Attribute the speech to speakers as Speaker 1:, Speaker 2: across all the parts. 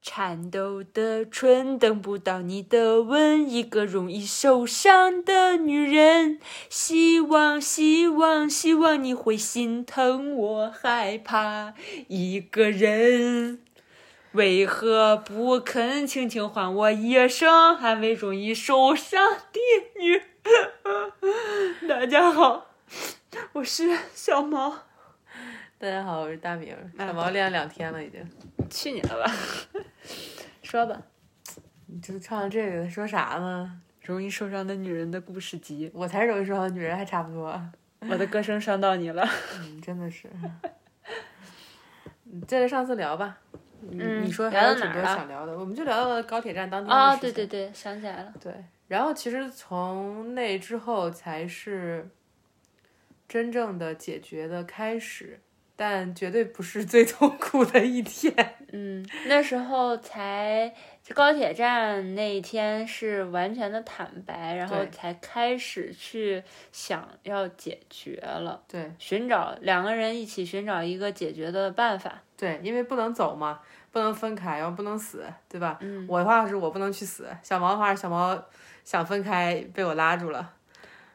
Speaker 1: 颤抖的唇等不到你的吻，一个容易受伤的女人。希望，希望，希望你会心疼我，害怕一个人。为何不肯轻轻唤我一声安慰容易受伤的女？ 大家好，我是小毛。
Speaker 2: 大家好，我是大明儿。小毛练了两天了，已经。
Speaker 1: 去你的吧！ 说吧，
Speaker 2: 你就唱到这个，说啥呢？
Speaker 1: 容易受伤的女人的故事集。
Speaker 2: 我才容易受伤，女人还差不多。
Speaker 1: 我的歌声伤到你了。
Speaker 2: 嗯，真的是。嗯接着上次聊吧。你
Speaker 1: 嗯
Speaker 2: 你说还
Speaker 1: 聊
Speaker 2: 有
Speaker 1: 到哪儿
Speaker 2: 挺多
Speaker 1: 了
Speaker 2: 想聊的，我们就聊到了高铁站当 天
Speaker 1: 啊、
Speaker 2: 的
Speaker 1: 对
Speaker 2: 事情
Speaker 1: 对对，想起来了。
Speaker 2: 哦对。然后其实从那之后才是真正的解决的开始，但绝对不是最痛苦的一天。
Speaker 1: 嗯，那时候才就高铁站那一天是完全的坦白，然后
Speaker 2: 对
Speaker 1: 才开始去想要解决了，
Speaker 2: 对
Speaker 1: 寻找两个人一起寻找一个解决的办法。
Speaker 2: 对，因为不能走嘛，不能分开，然后不能死，对吧？
Speaker 1: 嗯，
Speaker 2: 我的话是我不能去死，小毛的话是小毛想分开被我拉住了，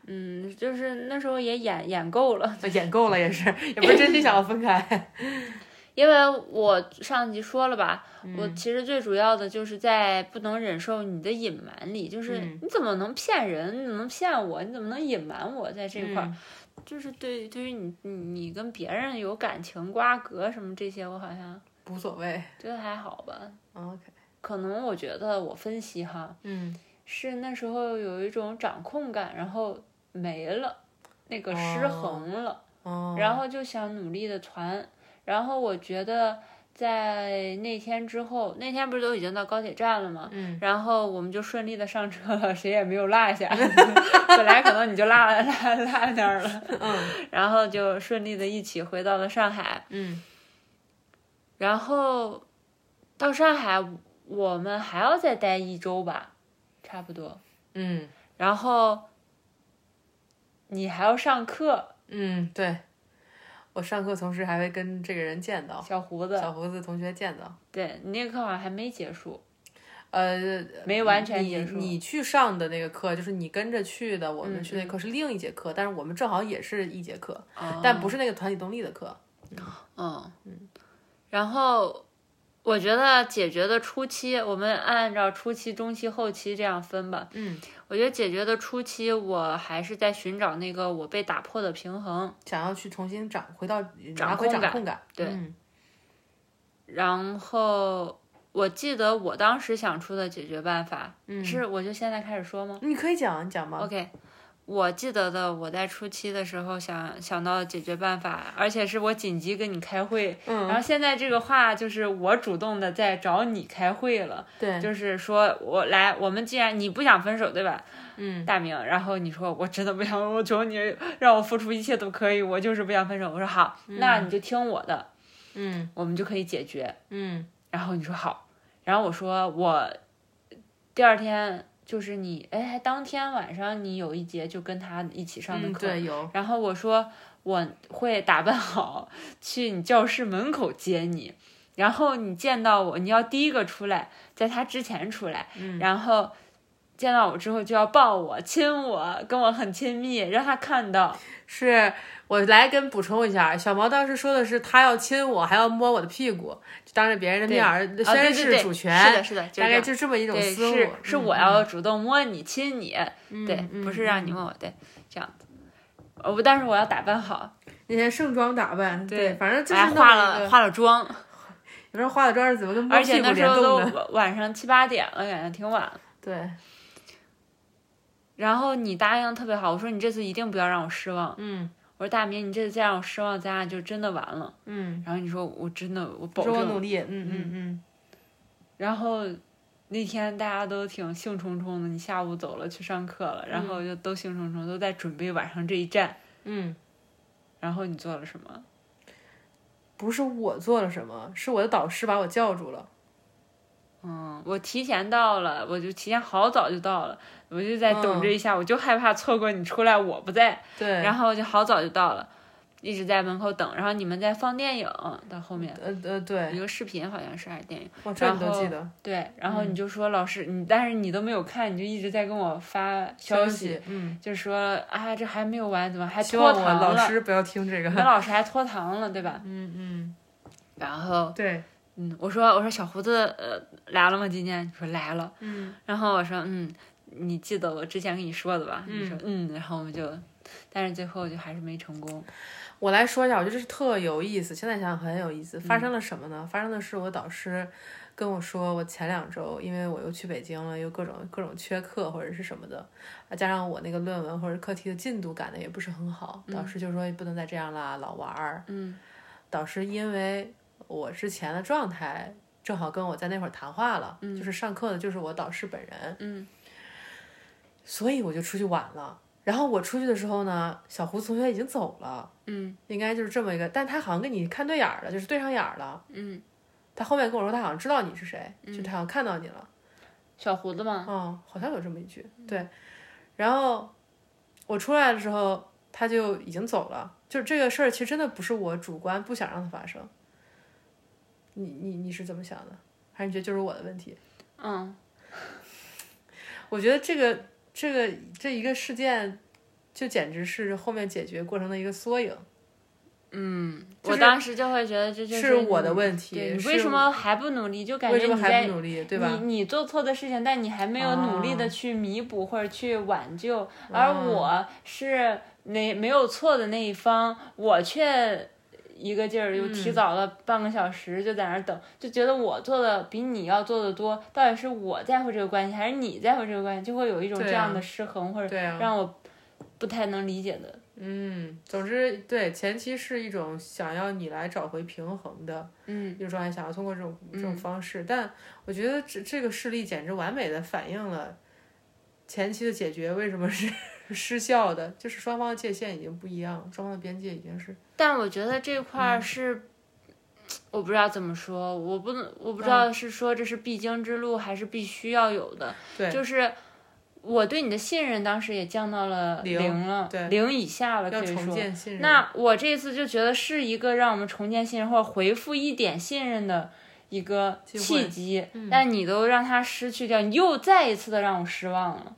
Speaker 1: 嗯，就是那时候也演演够了，
Speaker 2: 演够了也是，也不是真心想要分开。
Speaker 1: 因为我上集说了吧，我其实最主要的就是在不能忍受你的隐瞒里，就是
Speaker 2: 嗯
Speaker 1: 你怎么能骗人？你怎么能骗我？你怎么能隐瞒我？在这块儿，
Speaker 2: 嗯
Speaker 1: 就是对对于你你你跟别人有感情瓜葛什么这些，我好像
Speaker 2: 无所谓嗯
Speaker 1: 觉得还好吧。
Speaker 2: ，OK，
Speaker 1: 可能我觉得我分析哈，
Speaker 2: 嗯，
Speaker 1: 是那时候有一种掌控感，然后没了，那个失衡了。
Speaker 2: 哦，
Speaker 1: 然后就想努力的传。然后我觉得在那天之后，那天不是都已经到高铁站了吗？
Speaker 2: 嗯，
Speaker 1: 然后我们就顺利的上车了，谁也没有落下。 本来可能你就落落落那儿了，
Speaker 2: 嗯
Speaker 1: 然后就顺利的一起回到了上海。
Speaker 2: 嗯
Speaker 1: 然后到上海，我们还要再待一周吧，差不多。
Speaker 2: 嗯
Speaker 1: 然后你还要上课，
Speaker 2: 嗯，对，我上课同时还会跟这个人见到，
Speaker 1: 小胡子，
Speaker 2: 小胡子同学见到，
Speaker 1: 对你那个课好像还没结束。
Speaker 2: 呃，
Speaker 1: 没完全结束嗯
Speaker 2: 你你去上的那个课就是你跟着去的，我们去那课是另一节课，但是我们正好也是一节课，
Speaker 1: 哦
Speaker 2: 但不是那个团体动力的课。
Speaker 1: 嗯，然后我觉得解决的初期，我们按照初期、中期、后期这样分吧。
Speaker 2: 嗯，
Speaker 1: 我觉得解决的初期，我还是在寻找那个我被打破的平衡，
Speaker 2: 想要去重新掌回到拿
Speaker 1: 掌
Speaker 2: 回
Speaker 1: 控
Speaker 2: 掌
Speaker 1: 感
Speaker 2: 控感。
Speaker 1: 对
Speaker 2: 嗯
Speaker 1: 然后。我记得我当时想出的解决办法、嗯是，我就现在开始说吗
Speaker 2: 你可以讲，你讲吧。
Speaker 1: ？OK，我记得的，我在初期的时候想想到的解决办法，而且是我紧急跟你开会，然
Speaker 2: 嗯，
Speaker 1: 后现在这个话就是我主动的在找你开会了，
Speaker 2: 对，
Speaker 1: 就是说我来，我们既然你不想分手，对吧，
Speaker 2: 嗯
Speaker 1: 大明？然后你说我真的不想，我求你让我付出一切都可以，我就是不想分手。我说好，那你就听我的，
Speaker 2: 嗯
Speaker 1: 我们就可以解决。
Speaker 2: 嗯
Speaker 1: 然后你说好，然后我说我第二天就是你，哎，还当天晚上你有一节就跟他一起上的
Speaker 2: 嗯，
Speaker 1: 课，
Speaker 2: 对，有，
Speaker 1: 然后我说我会打扮好去你教室门口接你，然后你见到我，你要第一个出来，在他之前出来，
Speaker 2: 嗯
Speaker 1: 然后见到我之后就要抱我、亲我，跟我很亲密，让他看到。
Speaker 2: 是我来跟补充一下，小毛当时说的是他要亲我，还要摸我的屁股，就当着别人的面儿，
Speaker 1: 啊
Speaker 2: 呃虽
Speaker 1: 对
Speaker 2: 然
Speaker 1: 对
Speaker 2: 是
Speaker 1: 对
Speaker 2: 主权，
Speaker 1: 是的，是的，
Speaker 2: 大概
Speaker 1: 就是
Speaker 2: 就这么一
Speaker 1: 这
Speaker 2: 种
Speaker 1: 样对
Speaker 2: 思路。
Speaker 1: 是是我
Speaker 2: 嗯
Speaker 1: 要主动摸你、亲你，对，
Speaker 2: 嗯
Speaker 1: 不是让你摸我，对，这样子。呃我但是我要打扮好，
Speaker 2: 嗯那些盛装打扮，
Speaker 1: 对
Speaker 2: 反正就是
Speaker 1: 还
Speaker 2: 那
Speaker 1: 化
Speaker 2: 么一
Speaker 1: 了
Speaker 2: 个
Speaker 1: 化了妆，
Speaker 2: 有时候化的妆是怎么跟摸
Speaker 1: 而且
Speaker 2: 屁股
Speaker 1: 那时
Speaker 2: 联
Speaker 1: 候都
Speaker 2: 动的？
Speaker 1: 晚晚上七八点了，感觉挺晚了。
Speaker 2: 对，
Speaker 1: 然后你答应得特别好，我说你这次一定不要让我失望。
Speaker 2: 嗯
Speaker 1: 我说大明，你这次再让我失望，咱俩就真的完了。
Speaker 2: 嗯，
Speaker 1: 然后你说我真的，我保
Speaker 2: 说我
Speaker 1: 证。
Speaker 2: 努力，嗯嗯嗯，
Speaker 1: 然后那天大家都挺兴冲冲的，你下午走了去上课了，然后就都兴冲冲，都在准备晚上这一站。
Speaker 2: 嗯，
Speaker 1: 然后你做了什么？
Speaker 2: 不是我做了什么，是我的导师把我叫住了。
Speaker 1: 嗯，我提前到了，我就提前好早就到了，我
Speaker 2: 嗯
Speaker 1: 就在等这一下，我就害怕错过你出来我不在，
Speaker 2: 对，
Speaker 1: 然后就好早就到了。一直在门口等，然后你们在放电影到后面。
Speaker 2: 呃呃，对，
Speaker 1: 一个视频好像是还是电影，
Speaker 2: 我这你都记得
Speaker 1: 对，然后
Speaker 2: 嗯
Speaker 1: 你就说老师你，但是你都没有看，你就一直在跟我发消息，
Speaker 2: 息，嗯，
Speaker 1: 就说啊这还没有完，怎么还
Speaker 2: 希
Speaker 1: 拖
Speaker 2: 望我
Speaker 1: 堂
Speaker 2: 老
Speaker 1: 了？
Speaker 2: 师不要听这
Speaker 1: 你
Speaker 2: 个，
Speaker 1: 们老师还拖堂了，对吧？
Speaker 2: 嗯嗯，
Speaker 1: 然后
Speaker 2: 对，
Speaker 1: 嗯，我说我说小胡子呃来了吗？今天你说来了，
Speaker 2: 嗯，
Speaker 1: 然后我说嗯，你记得我之前跟你说的吧？你说嗯，然后我们就，但是最后就还是没成功。
Speaker 2: 我来说一下，我觉得这是特有意思。现在想想很有意思，
Speaker 1: 嗯
Speaker 2: 发生了什么呢？发生的是我导师跟我说，我前两周因为我又去北京了，又各种各种缺课或者是什么的，啊，加上我那个论文或者课题的进度赶的也不是很好，导师就说不能再这样啦，老玩儿。
Speaker 1: 嗯
Speaker 2: 导师因为我之前的状态正好跟我在那会儿谈话了，就是上课的就是我导师本人，
Speaker 1: 嗯
Speaker 2: 所以我就出去晚了。然后我出去的时候呢，小胡同学已经走了。
Speaker 1: 嗯
Speaker 2: 应该就是这么一个，但他好像跟你看对眼儿了，就是对上眼儿了。
Speaker 1: 嗯，
Speaker 2: 他后面跟我说，他好像知道你是谁，就他好像看到你了。
Speaker 1: 小胡子吗？
Speaker 2: 嗯，好像有这么一句。对，然后我出来的时候，他就已经走了。就是这个事儿，其实真的不是我主观不想让它发生。你你你是怎么想的？还是你觉得就是我的问题？
Speaker 1: 嗯
Speaker 2: 我觉得这个这个这一个事件，就简直是后面解决过程的一个缩影。
Speaker 1: 嗯，
Speaker 2: 就
Speaker 1: 我当时就会觉得这就是
Speaker 2: 我的
Speaker 1: 你
Speaker 2: 问题
Speaker 1: 对你
Speaker 2: 是
Speaker 1: 为什么还不努力？就感
Speaker 2: 为
Speaker 1: 觉
Speaker 2: 什么
Speaker 1: 你
Speaker 2: 还
Speaker 1: 在
Speaker 2: 不努力，对吧？哦
Speaker 1: 你你做错的事情，但你还没有努力的去弥补或者去挽救，而我是没没有错的那一方，我却一个劲儿又
Speaker 2: 嗯
Speaker 1: 提早了半个小时就在那儿等，就觉得我做的比你要做的多，到底是我在乎这个关系，还是你在乎这个关系，就会有一种
Speaker 2: 对啊
Speaker 1: 这样的失衡，或者
Speaker 2: 对啊。
Speaker 1: 让我不太能理解的，
Speaker 2: 嗯，总之，对前期是一种想要你来找回平衡的
Speaker 1: 嗯
Speaker 2: 一种状态，想要通过这种这种方式，但我觉得这这个事例简直完美的反映了前期的解决为什么是失效的，就是双方的界限已经不一样了，双方的边界已经是
Speaker 1: 但我觉得这块
Speaker 2: 嗯
Speaker 1: 儿是，我不知道怎么说，我不能，我不
Speaker 2: 嗯
Speaker 1: 知道是说这是必经之路，还是必须要有的。
Speaker 2: 对
Speaker 1: 就是我对你的信任当时也降到了
Speaker 2: 零
Speaker 1: 了，
Speaker 2: 对
Speaker 1: 零以下了，
Speaker 2: 要
Speaker 1: 啊可以
Speaker 2: 重
Speaker 1: 说。
Speaker 2: 建信任。
Speaker 1: 那我这次就觉得是一个让我们重建信任或者回复一点信任的一个
Speaker 2: 机会嗯
Speaker 1: 契机，但你都让它失去掉，你又再一次的让我失望了，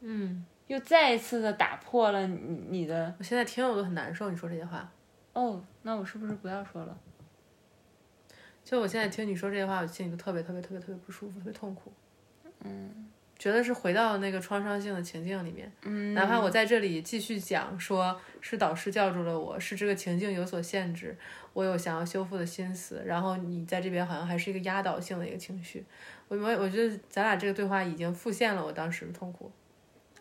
Speaker 2: 嗯，
Speaker 1: 又再一次的打破了你你的
Speaker 2: 我现在听了我都很难受，你说这些话，
Speaker 1: 哦，那我是不是不要说了？
Speaker 2: 就我现在听你说这些话，我心里就特别特别特别特别不舒服，特别痛苦。嗯，觉得是回到那个创伤性的情境里面。
Speaker 1: 嗯，
Speaker 2: 哪怕我在这里继续讲，说是导师教住了我，是这个情境有所限制，我有想要修复的心思，然后你在这边好像还是一个压倒性的一个情绪，我我我觉得咱俩这个对话已经复现了我当时的痛苦。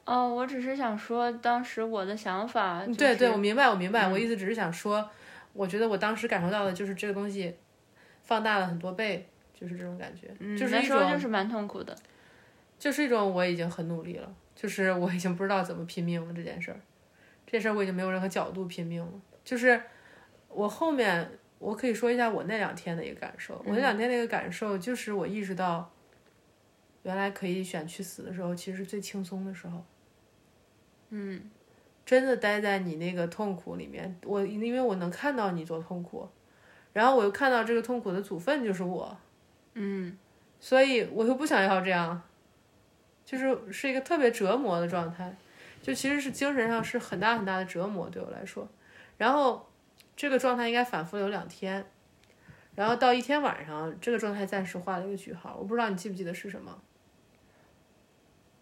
Speaker 1: 哦，我只是想说，当时我的想法、就是，
Speaker 2: 嗯
Speaker 1: 嗯
Speaker 2: 对对，我明白，我明白，我意思只是想说，我觉得我当时感受到的就是这个东西放大了很多倍，就是这种感觉，
Speaker 1: 嗯，
Speaker 2: 就是
Speaker 1: 那
Speaker 2: 一
Speaker 1: 时候
Speaker 2: 种
Speaker 1: 就是蛮痛苦的。
Speaker 2: 就是一种我已经很努力了，就是我已经不知道怎么拼命了这件事儿，这件事儿我已经没有任何角度拼命了。就是我后面我可以说一下我那两天的一个感受，我那两天的一个感受就是我意识到，原来可以选去死的时候，其实是最轻松的时候。
Speaker 1: 嗯
Speaker 2: 真的待在你那个痛苦里面。我因为我能看到你多痛苦，然后我又看到这个痛苦的组分就是我，
Speaker 1: 嗯
Speaker 2: 所以我又不想要这样，就是是一个特别折磨的状态，就其实是精神上是很大很大的折磨对我来说。然后这个状态应该反复了有两天，然后到一天晚上，这个状态暂时画了一个句号。我不知道你记不记得是什么。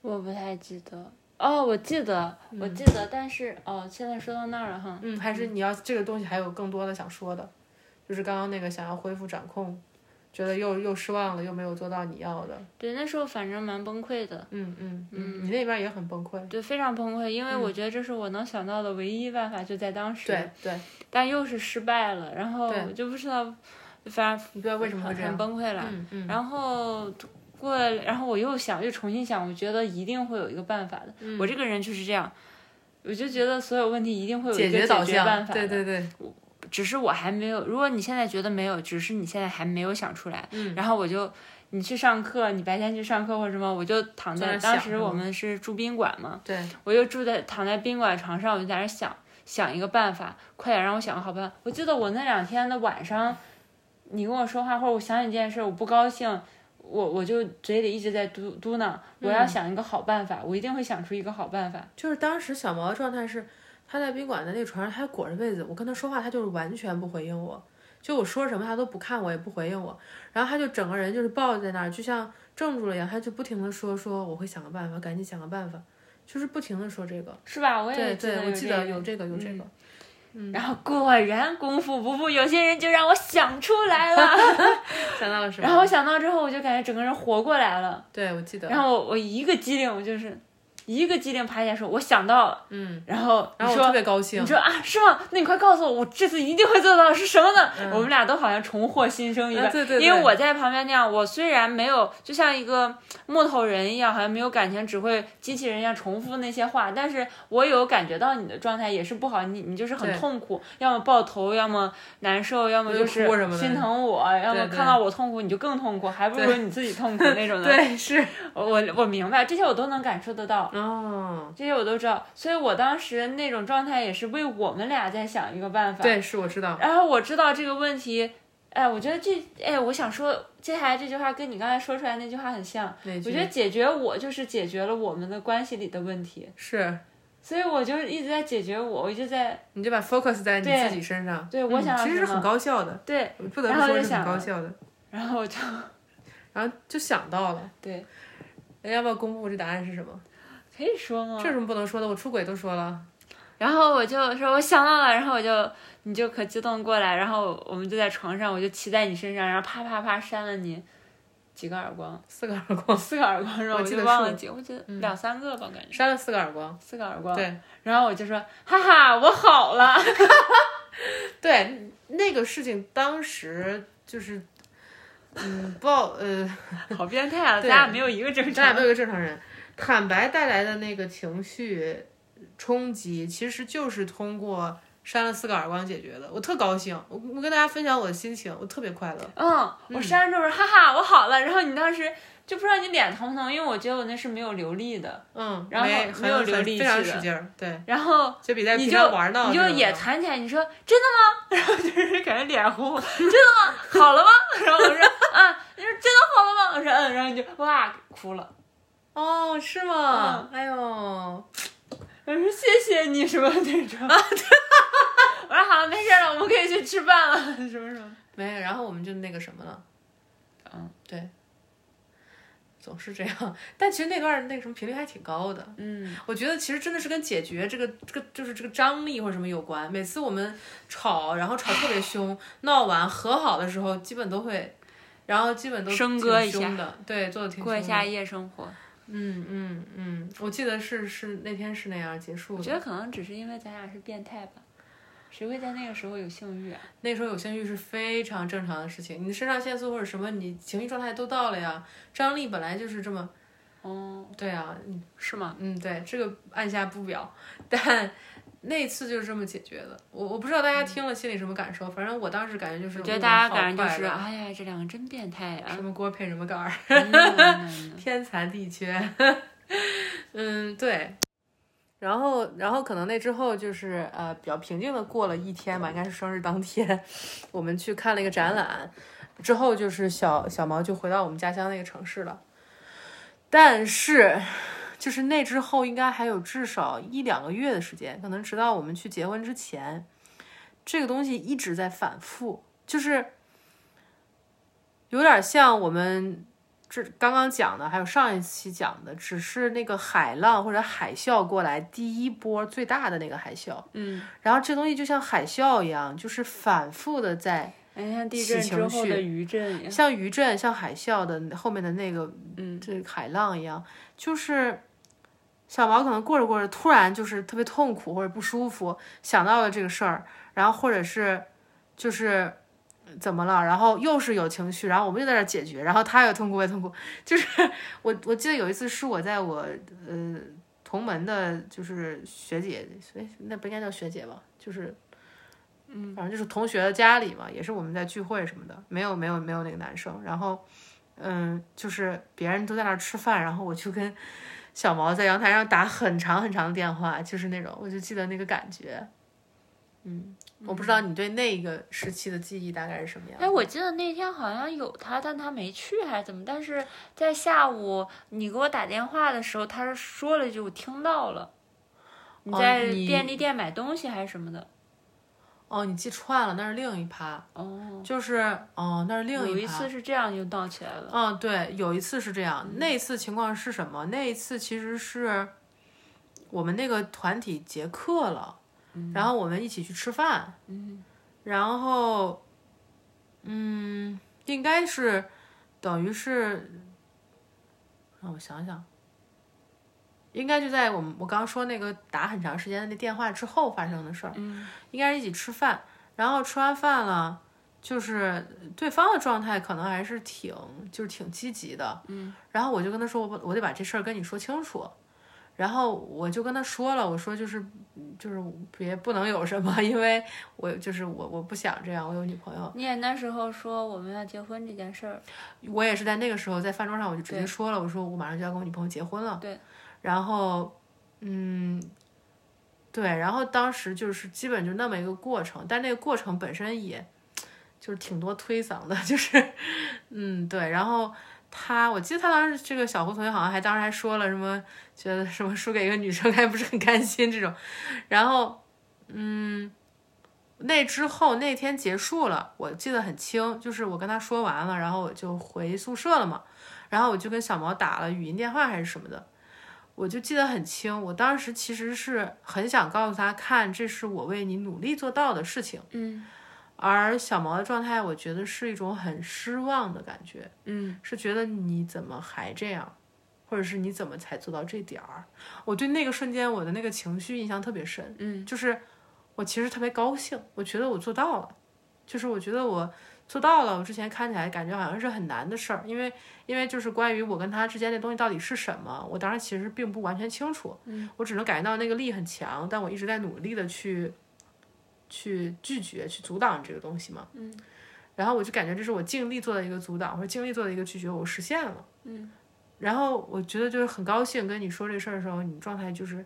Speaker 1: 我不太记得。哦，我记得，我
Speaker 2: 嗯
Speaker 1: 记得，但是哦，现在说到那儿了哈。
Speaker 2: 嗯，还是你要这个东西还有更多的想说的，就是刚刚那个想要恢复掌控，觉得又又失望了，又没有做到你要的。
Speaker 1: 对，那时候反正蛮崩溃的，
Speaker 2: 嗯嗯嗯，你那边也很崩溃。嗯
Speaker 1: 对，非常崩溃，因为我觉得这是我能想到的唯一办法，就在当时，
Speaker 2: 对对，
Speaker 1: 但又是失败了，然后
Speaker 2: 对
Speaker 1: 我就不知道，反正
Speaker 2: 你不知道为什么会这样
Speaker 1: 很。崩溃了。
Speaker 2: 嗯嗯
Speaker 1: 然后过了，然后我又想，又重新想，我觉得一定会有一个办法的。
Speaker 2: 嗯
Speaker 1: 我这个人就是这样，我就觉得所有问题一定会有一
Speaker 2: 解
Speaker 1: 个
Speaker 2: 决导
Speaker 1: 决办
Speaker 2: 向，
Speaker 1: 法
Speaker 2: 对
Speaker 1: 的。
Speaker 2: 对对，
Speaker 1: 只是我还没有，如果你现在觉得没有，只是你现在还没有想出来，
Speaker 2: 嗯
Speaker 1: 然后我就。你去上课，你白天去上课或者什么，我就躺
Speaker 2: 在那
Speaker 1: 在
Speaker 2: 想嗯
Speaker 1: 当时
Speaker 2: 是吗
Speaker 1: 我们是住宾馆嘛，
Speaker 2: 对，
Speaker 1: 我就住在躺在宾馆床上，我就在那想，想一个办法，快点让我想个好办法。我记得我那两天的晚上，你跟我说话或者我想起一件事，我不高兴，我我就嘴里一直在嘟嘟囔，我
Speaker 2: 嗯
Speaker 1: 要想一个好办法，我一定会想出一个好办法。
Speaker 2: 就是当时小毛的状态是，他在宾馆的那个床上，他还裹着被子，我跟他说话，他就是完全不回应我，就我说什么他都不看我，也不回应我，然后他就整个人就是抱在那儿，就像怔住了一样，他就不停的说说我会想个办法，赶紧想个办法，就是不停的说这个。
Speaker 1: 是吧？啊我也
Speaker 2: 对对，我记
Speaker 1: 记得有这
Speaker 2: 得嗯
Speaker 1: 个嗯
Speaker 2: 有这个有这个，
Speaker 1: 然后果然功夫不负有心人，就让我想出来 了。
Speaker 2: 想到了什么？
Speaker 1: 然后我 想到之后，我就感觉整个人活过来了。
Speaker 2: 对我记得，
Speaker 1: 然后我我一个机灵，我就是一个机灵爬起来说，我想到了。
Speaker 2: 嗯，
Speaker 1: 然后哦你
Speaker 2: 然后我
Speaker 1: 说
Speaker 2: 特别 高兴
Speaker 1: 你，说啊是吗？那你快告诉我，我这次一定会做到是什么呢？我们俩都好像重获新生一般。
Speaker 2: 啊嗯对对对
Speaker 1: 因为我在旁边那样，我虽然没有就像一个木头人一样，好像没有感情，只会机器人一样重复那些话，但是我有感觉到你的状态也是不好，你你就是很
Speaker 2: 对
Speaker 1: 痛苦，要么抱头，要么难受，要么
Speaker 2: 就
Speaker 1: 就是
Speaker 2: 哭什么的
Speaker 1: 心疼我，要么
Speaker 2: 对对
Speaker 1: 看到我痛苦你就更痛苦，还不如你自己痛苦那种的。
Speaker 2: 对是，
Speaker 1: 我我我明白，这些我都能感受得到。
Speaker 2: 哦，
Speaker 1: 这些我都知道，所以我当时那种状态也是为我们俩在想一个办法。
Speaker 2: 对是我知道，
Speaker 1: 然后我知道这个问题，哎，我觉得这，哎，我想说，接下来这句话跟你刚才说出来那句话很像。
Speaker 2: 哪
Speaker 1: 我
Speaker 2: 句
Speaker 1: 觉得解决我就是解决了我们的关系里的问题，
Speaker 2: 是，
Speaker 1: 所以我就一直在解决我，我一直在
Speaker 2: 你就把 focus 在你
Speaker 1: 对
Speaker 2: 自己身上，
Speaker 1: 对我
Speaker 2: 嗯
Speaker 1: 想要
Speaker 2: 其实
Speaker 1: 什
Speaker 2: 是
Speaker 1: 么
Speaker 2: 很高效的，
Speaker 1: 对，
Speaker 2: 我不得
Speaker 1: 然
Speaker 2: 不
Speaker 1: 后
Speaker 2: 说
Speaker 1: 就是想
Speaker 2: 很高
Speaker 1: 了
Speaker 2: 效的，
Speaker 1: 然后我就
Speaker 2: 然后就想到了，
Speaker 1: 对，
Speaker 2: 哎要不要公布这答案是什么？
Speaker 1: 可以说吗？
Speaker 2: 这有什么不能说的？我出轨都说了，
Speaker 1: 然后我就说我想到了，然后我就你就可激动过来，然后我们就在床上，我就骑在你身上，然后啪啪啪扇了你几个耳光。
Speaker 2: 四个耳光，
Speaker 1: 四个耳光是吧？
Speaker 2: 我
Speaker 1: 我
Speaker 2: 记
Speaker 1: 就
Speaker 2: 得
Speaker 1: 忘
Speaker 2: 是
Speaker 1: 了几，我记得两三个吧，感觉
Speaker 2: 扇了四个耳光。
Speaker 1: 四个耳光。
Speaker 2: 对
Speaker 1: 然后我就说，哈哈，我好了。
Speaker 2: 对，那个事情当时就是，嗯，报呃，
Speaker 1: 好变态啊！咱
Speaker 2: 对
Speaker 1: 俩没有一个 正
Speaker 2: 咱俩
Speaker 1: 常。
Speaker 2: 都有个正常人。坦白带来的那个情绪冲击，其实就是通过扇了四个耳光解决的。我特高兴，我我跟大家分享我的心情，我特别快乐。
Speaker 1: 嗯，我删了之后说，哈哈，我好了。然后你当时就不知道你脸疼不疼，因为我觉得我那是没有流力的。
Speaker 2: 嗯，
Speaker 1: 然后
Speaker 2: 没
Speaker 1: 没有
Speaker 2: 很
Speaker 1: 流
Speaker 2: 很
Speaker 1: 力
Speaker 2: 非常
Speaker 1: 气的
Speaker 2: 使劲儿，对，
Speaker 1: 然后
Speaker 2: 哦就比在
Speaker 1: 你
Speaker 2: 平
Speaker 1: 就
Speaker 2: 常玩闹
Speaker 1: 你
Speaker 2: 这
Speaker 1: 就
Speaker 2: 种
Speaker 1: 也
Speaker 2: 的
Speaker 1: 弹起来，你说真的吗？然后就是 感觉脸红红，真的吗？好了吗？ 然后我说啊，你说真的好了吗？我说嗯，然后你就哇哭了。
Speaker 2: 哦，是吗？哎呦，
Speaker 1: 我说谢谢你什么那种，我说好了，没事了，我们可以去吃饭了，什么什么。
Speaker 2: 没有，然后我们就那个什么了，
Speaker 1: 嗯，
Speaker 2: 对，总是这样。但其实那段儿那个什么频率还挺高的，
Speaker 1: 嗯，
Speaker 2: 我觉得其实真的是跟解决这个这个就是这个张力或者什么有关。每次我们吵，然后吵特别 凶，闹完和好的时候，基本都会，然后基本都
Speaker 1: 笙
Speaker 2: 挺
Speaker 1: 歌一
Speaker 2: 凶的，对，做的挺
Speaker 1: 过一
Speaker 2: 凶
Speaker 1: 下
Speaker 2: 的。
Speaker 1: 夜生活，
Speaker 2: 嗯嗯嗯，我记得是是那天是那样结束
Speaker 1: 我
Speaker 2: 的。
Speaker 1: 觉得可能只是因为咱俩是变态吧，谁会在那个时候有性欲啊？
Speaker 2: 那时候有性欲是非常正常的事情，你的肾上腺素或者什么，你情绪状态都到了呀，张力本来就是这么。
Speaker 1: 哦，
Speaker 2: 对啊，嗯
Speaker 1: 是吗？
Speaker 2: 嗯，对，这个按下不表，但 那次就是这么解决的。我我不知道大家听了心里什么感受，反正我当时感觉就是，
Speaker 1: 嗯我觉得大家
Speaker 2: 哇
Speaker 1: 感觉就
Speaker 2: 好快
Speaker 1: 是，
Speaker 2: 乐
Speaker 1: 哎呀，这两个真变态啊！
Speaker 2: 什么锅配什么盖儿，
Speaker 1: 嗯嗯嗯
Speaker 2: 天残地缺。 嗯，对。然后，然后可能那之后就是呃比较平静的过了一天吧，应该是生日当天， 我们去看了一个展览，之后就是小小毛就回到我们家乡那个城市了。但是，就是那之后应该还有至少一两个月的时间，可能直到我们去结婚之前，这个东西一直在反复，就是有点像我们这刚刚讲的，还有上一期讲的，只是那个海浪或者海啸过来第一波最大的那个海啸，
Speaker 1: 嗯，
Speaker 2: 然后这东西就像海啸一样，就是反复的在
Speaker 1: 哎，像地震之后的余震一样，
Speaker 2: 像余震、像海啸的后面的那个，
Speaker 1: 嗯，
Speaker 2: 这个海浪一样，就是小毛可能过着过着，突然就是特别痛苦或者不舒服，想到了这个事儿，然后或者是就是呃怎么了，然后又是有情绪，然后我们就在这儿解决，然后他也痛苦，我也痛苦，就是我我记得有一次是我在我呃同门的，就是学姐，所以那不应该叫学姐吧，就是。嗯，反正就是同学的家里嘛，也是我们在聚会什么的，没有没有没有那个男生，然后，嗯，就是别人都在那儿吃饭，然后我就跟小毛在阳台上打很长很长的电话，就是那种，我就记得那个感觉，嗯我不知
Speaker 1: 嗯
Speaker 2: 道你对那个时期的记忆大概是什么样。
Speaker 1: 哎，我记得那天好像有他，但他没去还是怎么？但是在下午你给我打电话的时候，他是说了一句，我听到了。你
Speaker 2: 哦
Speaker 1: 在
Speaker 2: 你
Speaker 1: 便利店买东西还是什么的？
Speaker 2: 哦，你记串了，那是另一趴，
Speaker 1: 哦，
Speaker 2: 就是哦，那是另
Speaker 1: 有
Speaker 2: 一
Speaker 1: 一
Speaker 2: 趴。
Speaker 1: 次是这样就闹起来了。
Speaker 2: 嗯，对，有一次是这样。那次情况是什么？那一次其实是我们那个团体结课了，
Speaker 1: 嗯
Speaker 2: 然后我们一起去吃饭。然后，嗯，应该是等于是，让我想想，应该就在我们我刚刚说那个打很长时间的那电话之后发生的事儿。应该是一起吃饭，然后吃完饭了，就是对方的状态可能还是挺就是挺积极的，嗯，然后我就跟他说，我把我得把这事儿跟你说清楚。然后我就跟他说了，我说就是，嗯就是别不能有什么，因为我就是我我不想这样，我有女朋友。
Speaker 1: 你也那时候说我们要结婚这件事儿，
Speaker 2: 我也是在那个时候在饭桌上，我就直接说了，我说我马上就要跟我女朋友结婚了。
Speaker 1: 对，
Speaker 2: 然后，嗯，对，然后当时就是基本就那么一个过程，但那个过程本身也就是挺多推搡的，就是， 嗯，对，然后。他，我记得他当时这个小胡同学好像还当时还说了什么，觉得什么输给一个女生还不是很甘心这种，然后，嗯，那之后那天结束了，我记得很清，就是我跟他说完了，然后我就回宿舍了嘛，然后我就跟小毛打了语音电话还是什么的，我就记得很清，我当时其实是很想告诉他，看这是我为你努力做到的事情，
Speaker 1: 嗯
Speaker 2: 而小毛的状态，我觉得是一种很失望的感觉。
Speaker 1: 嗯，
Speaker 2: 是觉得你怎么还这样，或者是你怎么才做到这点儿？啊我对那个瞬间我的那个情绪印象特别深，嗯，就是我其实特别高兴，我觉得我做到了，就是我觉得我做到了。我之前看起来感觉好像是很难的事儿，因为因为就是关于我跟他之间那东西到底是什么，我当时其实并不完全清楚，嗯，我只能感觉到那个力很强，但我一直在努力的去。去拒绝、去阻挡这个东西嘛，嗯，然后我就感觉这是我尽力做的一个阻挡，或者尽力做的一个拒绝，我实现了。嗯，然后我觉得就是很高兴跟你说这事儿的时候，你状态就是，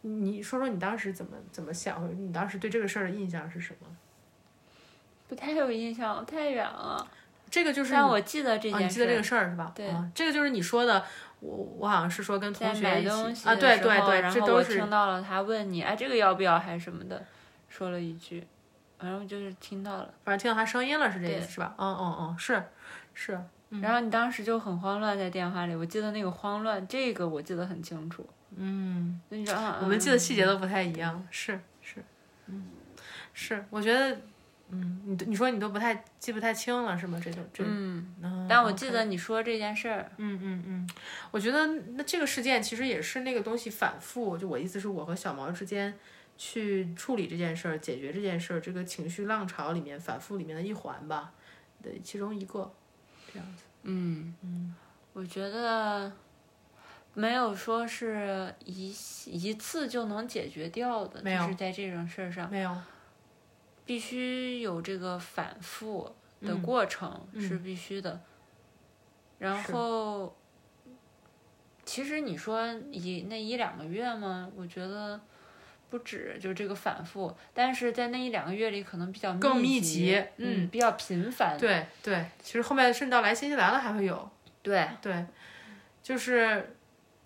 Speaker 2: 你你说说你当时怎么怎么想，或者你当时对这个事儿的印象是什么？
Speaker 1: 不太有印象了，太远了。
Speaker 2: 这个就是
Speaker 1: 但我记得这
Speaker 2: 啊，你
Speaker 1: 件
Speaker 2: 记
Speaker 1: 事
Speaker 2: 得这个事儿是吧？
Speaker 1: 对
Speaker 2: 啊，这个就是你说的，我我好像是说跟
Speaker 1: 在
Speaker 2: 同
Speaker 1: 买
Speaker 2: 学一
Speaker 1: 东
Speaker 2: 起
Speaker 1: 西
Speaker 2: 啊，
Speaker 1: 的
Speaker 2: 对
Speaker 1: 时
Speaker 2: 对
Speaker 1: 候
Speaker 2: 对，
Speaker 1: 然
Speaker 2: 这
Speaker 1: 后
Speaker 2: 都
Speaker 1: 我
Speaker 2: 是
Speaker 1: 听到了他问你，哎，这个要不要还是什么的，说了一句，反正就是听到了，
Speaker 2: 反正听到他声音了是这
Speaker 1: 对
Speaker 2: 意思是吧？嗯嗯嗯，是是，
Speaker 1: 然后你当时就很慌乱在电话里，我记得那个慌乱，这个我记得很清楚。嗯，就你知道，啊
Speaker 2: 我们记得细节都不太一样，是是，嗯，是，我觉得，嗯，你你说你都不太记不太清了是吗？这种这，
Speaker 1: 嗯，
Speaker 2: 嗯
Speaker 1: 但我记
Speaker 2: OK
Speaker 1: 得你说这件事儿，
Speaker 2: 嗯嗯嗯，我觉得那这个事件其实也是那个东西反复，就我意思是我和小毛之间去处理这件事儿、解决这件事儿，这个情绪浪潮里面反复里面的一环吧，的其中一个，这样子，
Speaker 1: 我觉得没有说是一一次就能解决掉的，
Speaker 2: 没有
Speaker 1: 就是在这种事儿上
Speaker 2: 没有，
Speaker 1: 必须有这个反复的过程、是必须的。然后，其实你说一那一两个月吗？我觉得不止，就这个反复，但是在那一两个月里，可能比较
Speaker 2: 更密
Speaker 1: 集，
Speaker 2: 集
Speaker 1: 嗯，比较频繁，
Speaker 2: 对对，其实后面甚至到来新西兰了还会有。
Speaker 1: 对，
Speaker 2: 对，就是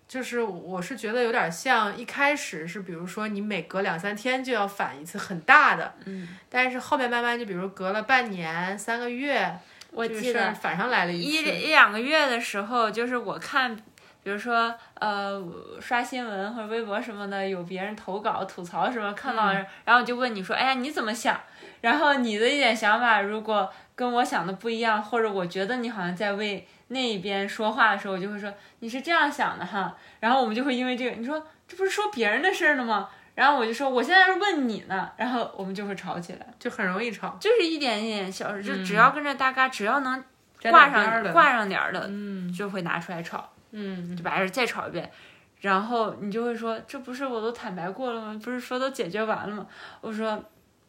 Speaker 2: 就是，我是觉得有点像一开始是，比如说你每隔两三天就要返一次很大的，嗯，但是后面慢慢就比如隔了半年、三个月，
Speaker 1: 我
Speaker 2: 这个
Speaker 1: 记
Speaker 2: 事
Speaker 1: 得
Speaker 2: 儿返上来了
Speaker 1: 一
Speaker 2: 次，
Speaker 1: 一两个月的时候，就是我看，比如说呃刷新闻或者微博什么的，有别人投稿吐槽什么，看到、
Speaker 2: 嗯
Speaker 1: 然后我就问你说，哎呀你怎么想？然后你的一点想法如果跟我想的不一样，或者我觉得你好像在为那一边说话的时候，我就会说你是这样想的哈，然后我们就会因为这个，你说这不是说别人的事儿呢吗？然后我就说我现在是问你呢，然后我们就会吵起来，
Speaker 2: 就很容易吵，
Speaker 1: 就是一点一点小事，就只要跟着大家，只要能
Speaker 2: 嗯沾
Speaker 1: 挂
Speaker 2: 点边儿
Speaker 1: 上
Speaker 2: 的
Speaker 1: 挂上点儿的，
Speaker 2: 嗯
Speaker 1: 就会拿出来炒，
Speaker 2: 嗯
Speaker 1: 就把这再炒一遍。然后你就会说，这不是我都坦白过了吗？不是说都解决完了吗？我说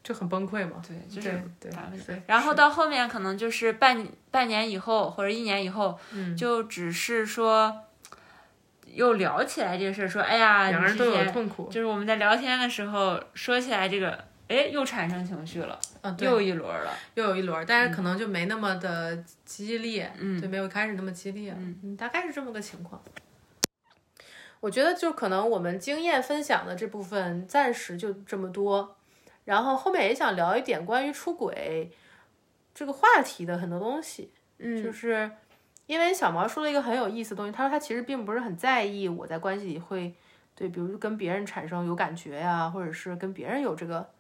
Speaker 2: 就很崩溃嘛，
Speaker 1: 对，就
Speaker 2: 对
Speaker 1: 是
Speaker 2: 对
Speaker 1: 麻烦
Speaker 2: 对，
Speaker 1: 然后
Speaker 2: 是
Speaker 1: 到后面可能就是半半年以后或者一年以后，
Speaker 2: 嗯
Speaker 1: 就只是说又聊起来这个事儿，说哎呀，
Speaker 2: 两
Speaker 1: 你
Speaker 2: 个人
Speaker 1: 之
Speaker 2: 都有
Speaker 1: 前
Speaker 2: 痛苦，
Speaker 1: 就是我们在聊天的时候说起来这个哎，又产生情绪了，
Speaker 2: 嗯，对，
Speaker 1: 又一轮了。
Speaker 2: 又有一轮，但
Speaker 1: 嗯
Speaker 2: 是可能就没那么的激烈，嗯，对，没有一开始那么激烈，嗯，大概是这么个情况。我觉得就可能我们经验分享的这部分暂时就这么多，然后后面也想聊一点关于出轨这个话题的很多东西，嗯，就是因为小毛说了一个很有意思的东西，他说他其实并不是很在意我在关系里会对，比如跟别人产生有感觉呀、或者是跟别人有这个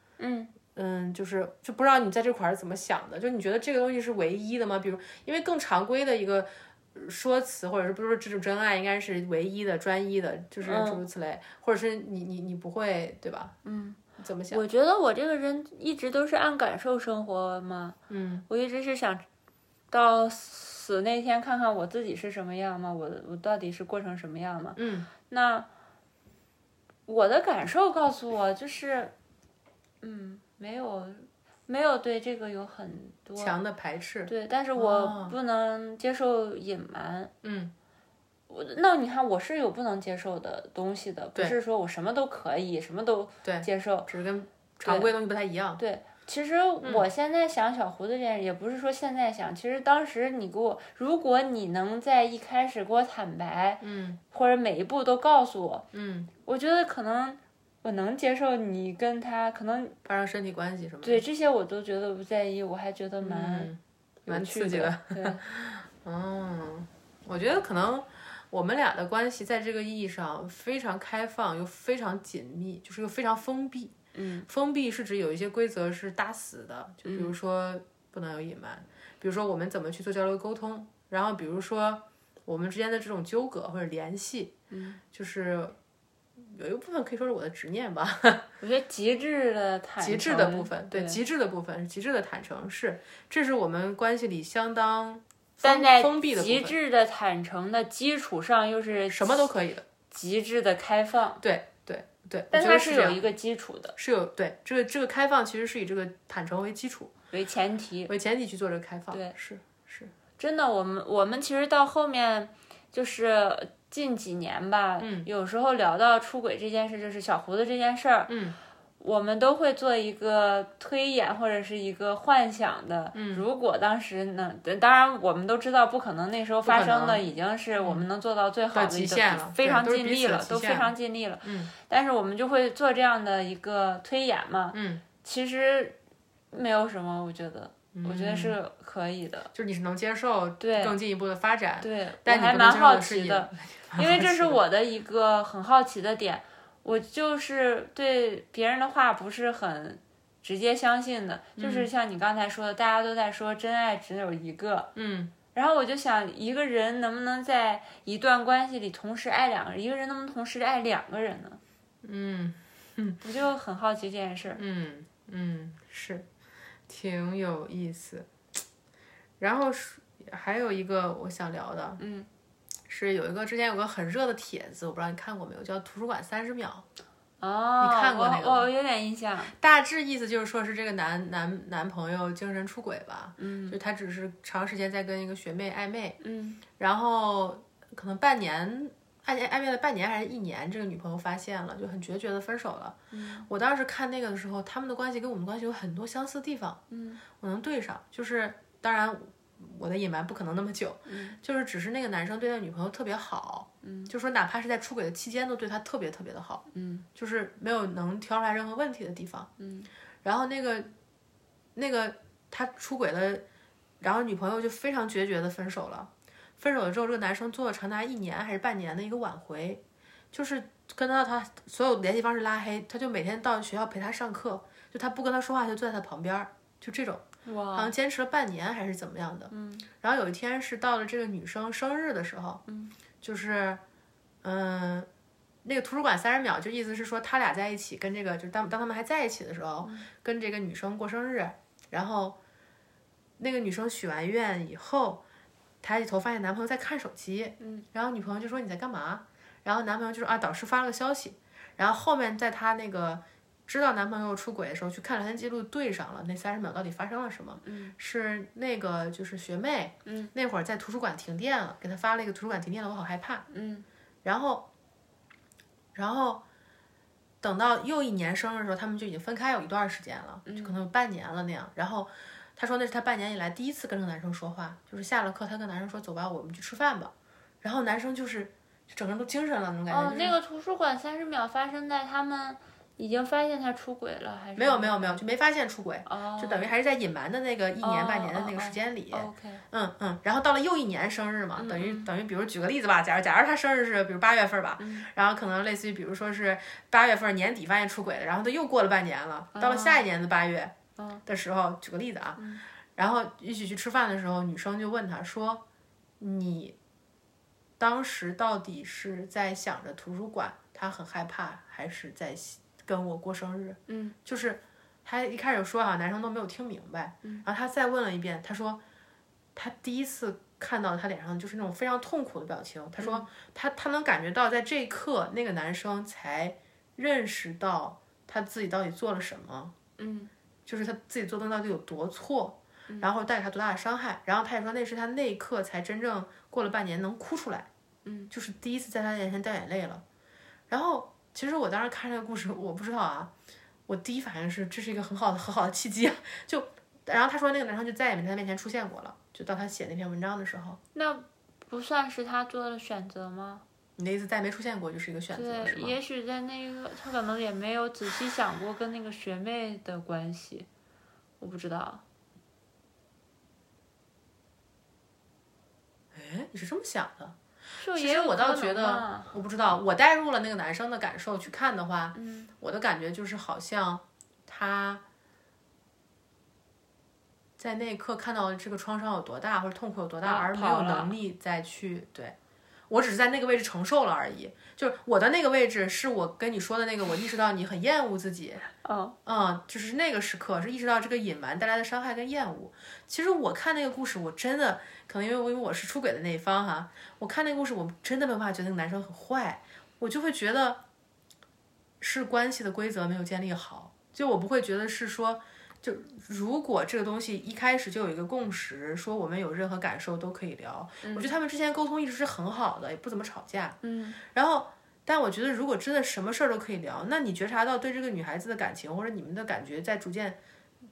Speaker 2: 嗯，就是就不知道你在这块儿是怎么想的，就你觉得这个东西是唯一的吗？比如，因为更常规的一个呃说辞，或者是不是说这种真爱应该是唯一的、专一的，就是诸如此类，或者是你你你不会对吧？嗯，怎么想？
Speaker 1: 我觉得我这个人一直都是按感受生活嘛，嗯，我一直是想到死那天看看我自己是什么样嘛，我我到底是过成什么样嘛，嗯，那我的感受告诉我就是，嗯，没有没有对这个有很多
Speaker 2: 强的排斥，
Speaker 1: 对，但是我不能接受隐瞒。
Speaker 2: 哦嗯，
Speaker 1: 我那你看，我是有不能接受的东西的，不是说我什么都可以，什么都
Speaker 2: 对，
Speaker 1: 接受。
Speaker 2: 只是跟常规的东西不太一样。
Speaker 1: 对，其实
Speaker 2: 嗯
Speaker 1: 我现在想小胡子这件事，也不是说现在想，其实当时你给我，如果你能在一开始给我坦白，
Speaker 2: 嗯
Speaker 1: 或者每一步都告诉我，
Speaker 2: 嗯，
Speaker 1: 我觉得可能我能接受你跟他，可能
Speaker 2: 发生身体关系什么的，
Speaker 1: 对这些我都觉得不在意，我还觉得蛮、
Speaker 2: 嗯，蛮
Speaker 1: 有趣
Speaker 2: 刺激的。
Speaker 1: 对，
Speaker 2: 嗯，我觉得可能我们俩的关系在这个意义上非常开放又非常紧密，就是又非常封闭。嗯，封闭是指有一些规则是打死的，就比如说不能有隐瞒，比如说我们怎么去做交流沟通，然后比如说我们之间的这种纠葛或者联系，嗯，就是有一部分可以说是我的执念吧。
Speaker 1: 我觉得极致的坦
Speaker 2: 极致的
Speaker 1: 诚
Speaker 2: 部分，对极致的部分是极致的坦诚，是这是我们关系里相当
Speaker 1: 但
Speaker 2: 封
Speaker 1: 在
Speaker 2: 封闭的部
Speaker 1: 极
Speaker 2: 分，
Speaker 1: 致的坦诚的基础上，又是
Speaker 2: 什么都可以的，
Speaker 1: 极致的开放，
Speaker 2: 对对对，
Speaker 1: 但
Speaker 2: 我觉得
Speaker 1: 它
Speaker 2: 是
Speaker 1: 是
Speaker 2: 这
Speaker 1: 有
Speaker 2: 样
Speaker 1: 一个基础的
Speaker 2: 是有对这个这个开放其实是以这个坦诚为基础
Speaker 1: 为前提。
Speaker 2: 为前提去做这个开放，
Speaker 1: 对
Speaker 2: 是是，
Speaker 1: 真的，我们我们其实到后面就是近几年吧，嗯，有时候聊到出轨这件事，就是小胡子这件事儿，
Speaker 2: 嗯，
Speaker 1: 我们都会做一个推演或者是一个幻想的，嗯，如果当时能，当然我们都知道不可能，那时候发生的
Speaker 2: 能嗯
Speaker 1: 已经是我们能做到最好的
Speaker 2: 极
Speaker 1: 一个
Speaker 2: 限了
Speaker 1: 非
Speaker 2: 对
Speaker 1: 常
Speaker 2: 都是
Speaker 1: 尽
Speaker 2: 彼
Speaker 1: 力
Speaker 2: 此的
Speaker 1: 了，
Speaker 2: 极
Speaker 1: 都非
Speaker 2: 限
Speaker 1: 常
Speaker 2: 了
Speaker 1: 尽力了，
Speaker 2: 嗯，
Speaker 1: 但是我们就会做这样的一个推演嘛，
Speaker 2: 嗯，
Speaker 1: 其实没有什么，我觉得，我觉得是
Speaker 2: 嗯
Speaker 1: 可以的。
Speaker 2: 就是你是能接受
Speaker 1: 对
Speaker 2: 更进一步的发展，
Speaker 1: 对，
Speaker 2: 但
Speaker 1: 我
Speaker 2: 你
Speaker 1: 还
Speaker 2: 不能
Speaker 1: 蛮
Speaker 2: 接受
Speaker 1: 好
Speaker 2: 的是
Speaker 1: 奇
Speaker 2: 隐
Speaker 1: 的，因为 这是我的一个很好奇的点，我就是对别人的话不是很直接相信的，就是
Speaker 2: 嗯
Speaker 1: 像你刚才说的，大家都在说真爱只有一个，
Speaker 2: 嗯
Speaker 1: 然后我就想一个人能不能在一段关系里同时爱两个人，一个人能不能同时爱两个人呢？
Speaker 2: 嗯
Speaker 1: 我就很好奇这件事儿。
Speaker 2: 嗯嗯是，挺有意思，然后是还有一个我想聊的，
Speaker 1: 嗯，
Speaker 2: 是有一个之前有个很热的帖子，我不知道你看过没有，叫《图书馆三十秒》。
Speaker 1: 哦，
Speaker 2: 你看过那个
Speaker 1: 我
Speaker 2: 吗
Speaker 1: 我有点印象。
Speaker 2: 大致意思就是说是这个男男男朋友精神出轨吧，嗯，就他只是长时间在跟一个学妹暧昧，
Speaker 1: 嗯
Speaker 2: 然后可能半年暧昧暧昧了半年还是一年，这个女朋友发现了，就很决绝的分手了。嗯，我当时看那个的时候，他们的关系跟我们的关系有很多相似的地方，
Speaker 1: 嗯
Speaker 2: 我能对上，就是当然。我的隐瞒不可能那么久，
Speaker 1: 嗯
Speaker 2: 就是只是那个男生对那女朋友特别好，嗯，就说哪怕是在出轨的期间都对她特别特别的好，
Speaker 1: 嗯
Speaker 2: 就是没有能挑出来任何问题的地方。
Speaker 1: 嗯
Speaker 2: 然后那个那个他出轨了，然后女朋友就非常决绝的分手了。分手了之后，这个男生做了长达一年还是半年的一个挽回，就是跟到他所有联系方式拉黑，他就每天到学校陪他上课，就他不跟他说话，就坐在他旁边儿，就这种。
Speaker 1: 哇，
Speaker 2: 好像坚持了半年还是怎么样的。嗯，然后有一天是到了这个女生生日的时候，嗯，就是，嗯、那个图书馆三十秒，就意思是说他俩在一起，跟这个就是当当他们还在一起的时候，跟这个女生过生日，然后那个女生许完愿以后，抬起头发现男朋友在看手机，嗯，然后女朋友就说你在干嘛？然后男朋友就说啊，导师发了个消息，然后后面在她那个。知道男朋友出轨的时候，去看聊天记录对上了，那三十秒到底发生了什么？是那个就是学妹，嗯，那会儿在图书馆停电了，给她发了一嗯个图书馆停电了，我好害怕。
Speaker 1: 嗯
Speaker 2: 然后，然后等到又一年生日的时候，他们就已经分开有一段时间了，就
Speaker 1: 嗯
Speaker 2: 可能有半年了那样。然后他说那是他半年以来第一次跟这个男生说话，就是下了课他跟男生说走吧，我们去吃饭吧。然后男生就是就整个人都精神了那嗯种感觉，
Speaker 1: 哦，那个图书馆三十秒发生在他们已经发现他出轨了，还是没
Speaker 2: 没有没有没有就没发现出轨，
Speaker 1: 哦，
Speaker 2: 就等于还是在隐瞒的那个一年半年的那个时间里。嗯嗯，然后到了又一年生日
Speaker 1: 嗯
Speaker 2: 嘛，等于等于，比如举个例子吧，假如假如他生日是比如八月份吧，然后可能类似于比如说是八月份年底发现出轨了，然后他又过了半年了，到了下一年的八月的时候，举个例子啊，然后一起去吃饭的时候，女生就问他说：“你当时到底是在想着图书馆，他很害怕，还是在跟我过生日？”嗯，就是他一开始说哈、男生都没有听明白，然后他再问了一遍，他说。他第一次看到他脸上就是那种非常痛苦的表情。他说他他能感觉到，在这一刻，那个男生才认识到他自己到底做了什么，嗯，就是他自己做的到底有多错，然后带给他多大的伤害。然后他也说，那是他那一刻才真正过了半年能哭出来，嗯，就是第一次在他眼前掉眼泪了。然后其实我当时看这个故事，我不知道啊，我第一反应是这是一个很好的很好的契机啊，就。然后他说，那个男生就再也没在他面前出现过了。就到他写那篇文章的时候，
Speaker 1: 那不算是他做的选择吗？
Speaker 2: 你的意思再没出现过就是一个选择，
Speaker 1: 对
Speaker 2: 是，吗？
Speaker 1: 也许在那个他可能也没有仔细想过跟那个学妹的关系，我不知道。
Speaker 2: 哎，你是这么想的？
Speaker 1: 就
Speaker 2: 其
Speaker 1: 也
Speaker 2: 实
Speaker 1: 有
Speaker 2: 我倒
Speaker 1: 可能
Speaker 2: 觉得
Speaker 1: 嘛，
Speaker 2: 我不知道，我带入了那个男生的感受去看的话，
Speaker 1: 嗯
Speaker 2: 我的感觉就是好像他在那一刻看到这个创伤有多大，或者痛苦有多大，
Speaker 1: 啊
Speaker 2: 而没
Speaker 1: 跑
Speaker 2: 有
Speaker 1: 了
Speaker 2: 能力再去对。我只是在那个位置承受了而已，就是我的那个位置是我跟你说的那个，我意识到你很厌恶自己，
Speaker 1: 哦，
Speaker 2: 嗯，就是那个时刻是意识到这个隐瞒带来的伤害跟厌恶。其实我看那个故事，我真的可能因为我因为我是出轨的那一方哈、我看那个故事，我真的没有办法觉得那个男生很坏，我就会觉得是关系的规则没有建立好，就我不会觉得是说。就如果这个东西一开始就有一个共识，说我们有任何感受都可以聊，我觉得他们之间沟通一直是很好的，也不怎么吵架。嗯，然后但我觉得，如果真的什么事儿都可以聊，那你觉察到对这个女孩子的感情或者你们的感觉在逐渐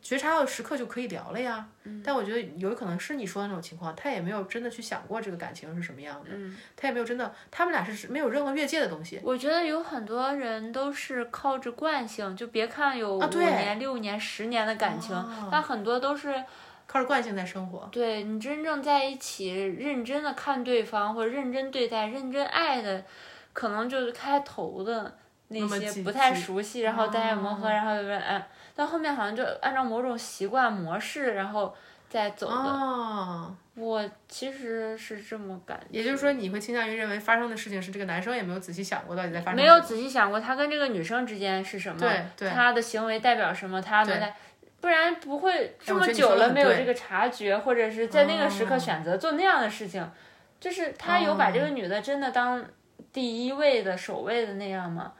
Speaker 2: 觉察到的时刻就可以聊了呀。但我觉得有可能是你说的那种情况，他也没有真的去想过这个感情是什么样的，他也没有真的，他们俩是没有任何越界的东西。
Speaker 1: 我觉得有很多人都是靠着惯性，就别看有五
Speaker 2: 啊对
Speaker 1: 年、六年、十年的感情，
Speaker 2: 哦
Speaker 1: 但很多都是
Speaker 2: 靠着惯性在生活，
Speaker 1: 对你真正在一起，认真的看对方，或者认真对待、认真爱的，可能就是开头的那
Speaker 2: 那么
Speaker 1: 些
Speaker 2: 几
Speaker 1: 不太
Speaker 2: 几
Speaker 1: 熟悉，然后大家磨合，
Speaker 2: 哦
Speaker 1: 然后有人哎，到后面好像就按照某种习惯模式，然后再走的。
Speaker 2: 哦，
Speaker 1: 我其实是这么感觉，
Speaker 2: 也就是说你会倾向于认为发生的事情是这个男生也没有仔细想过到底在发生
Speaker 1: 没
Speaker 2: 什
Speaker 1: 有
Speaker 2: 么
Speaker 1: 仔细想过他跟这个女生之间是什么，
Speaker 2: 对对
Speaker 1: 他的行为代表什么，他的
Speaker 2: 对
Speaker 1: 代，不然不会这
Speaker 2: 哎我
Speaker 1: 么
Speaker 2: 觉得你
Speaker 1: 久
Speaker 2: 说得
Speaker 1: 了
Speaker 2: 很
Speaker 1: 没有
Speaker 2: 对
Speaker 1: 这个察觉，或者是在那个时刻
Speaker 2: 哦
Speaker 1: 选择做那样的事情，就是他有把这
Speaker 2: 嗯
Speaker 1: 个女的真的当第一位的、首位的那样吗？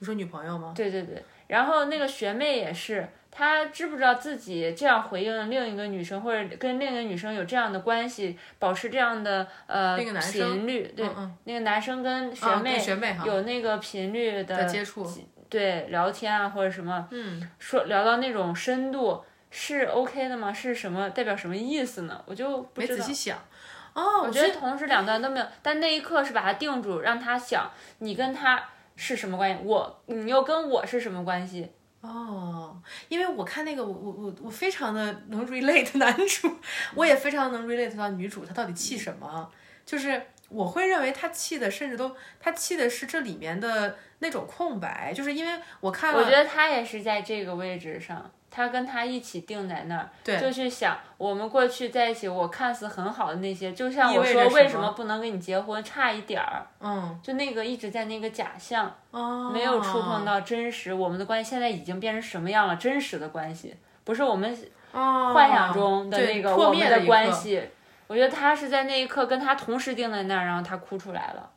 Speaker 2: 你说女朋友吗？
Speaker 1: 对对对，然后那个学妹也是。她知不知道自己这样回应另一个女生，或者跟另一个女生有这样的关系，保持这样的呃
Speaker 2: 那个男生
Speaker 1: 频率？对，
Speaker 2: 嗯嗯
Speaker 1: 那个男生跟学
Speaker 2: 啊
Speaker 1: 妹
Speaker 2: 对学妹哈
Speaker 1: 有那个频率的
Speaker 2: 的接触，
Speaker 1: 对聊天啊或者什么，
Speaker 2: 嗯，
Speaker 1: 说聊到那种深度是 OK 的吗？是什么代表什么意思呢？我就不
Speaker 2: 没
Speaker 1: 知
Speaker 2: 仔
Speaker 1: 道
Speaker 2: 细。想。哦，
Speaker 1: 我
Speaker 2: 我
Speaker 1: 觉得同时两端都没有，但那一刻是把他定住，让他想你跟他是什么关系，我你又跟我是什么关系？
Speaker 2: 哦，因为我看那个，我我我我非常的能 relate 男主，我也非常能 relate 到女主，她到底气什么？就是我会认为她气的，甚至都她气的是这里面的那种空白，就是因为我看了，
Speaker 1: 我觉得他也是在这个位置上，他跟他一起定在那儿，
Speaker 2: 对
Speaker 1: 就去想我们过去在一起，我看似很好的那些，就像
Speaker 2: 意
Speaker 1: 我
Speaker 2: 味
Speaker 1: 说
Speaker 2: 着
Speaker 1: 为
Speaker 2: 什
Speaker 1: 什
Speaker 2: 么
Speaker 1: 么不能跟你结婚，差一点儿，
Speaker 2: 嗯，
Speaker 1: 就那个一直在那个假象，
Speaker 2: 哦，
Speaker 1: 没有触碰到真实，我们的关系现在已经变成什么样了？真实的关系不是我们
Speaker 2: 哦
Speaker 1: 幻想中的
Speaker 2: 对
Speaker 1: 那个
Speaker 2: 破
Speaker 1: 我
Speaker 2: 灭
Speaker 1: 们
Speaker 2: 一
Speaker 1: 的
Speaker 2: 刻
Speaker 1: 关，系。我觉得他是在那一刻跟他同时定在那儿，然后他哭出来了。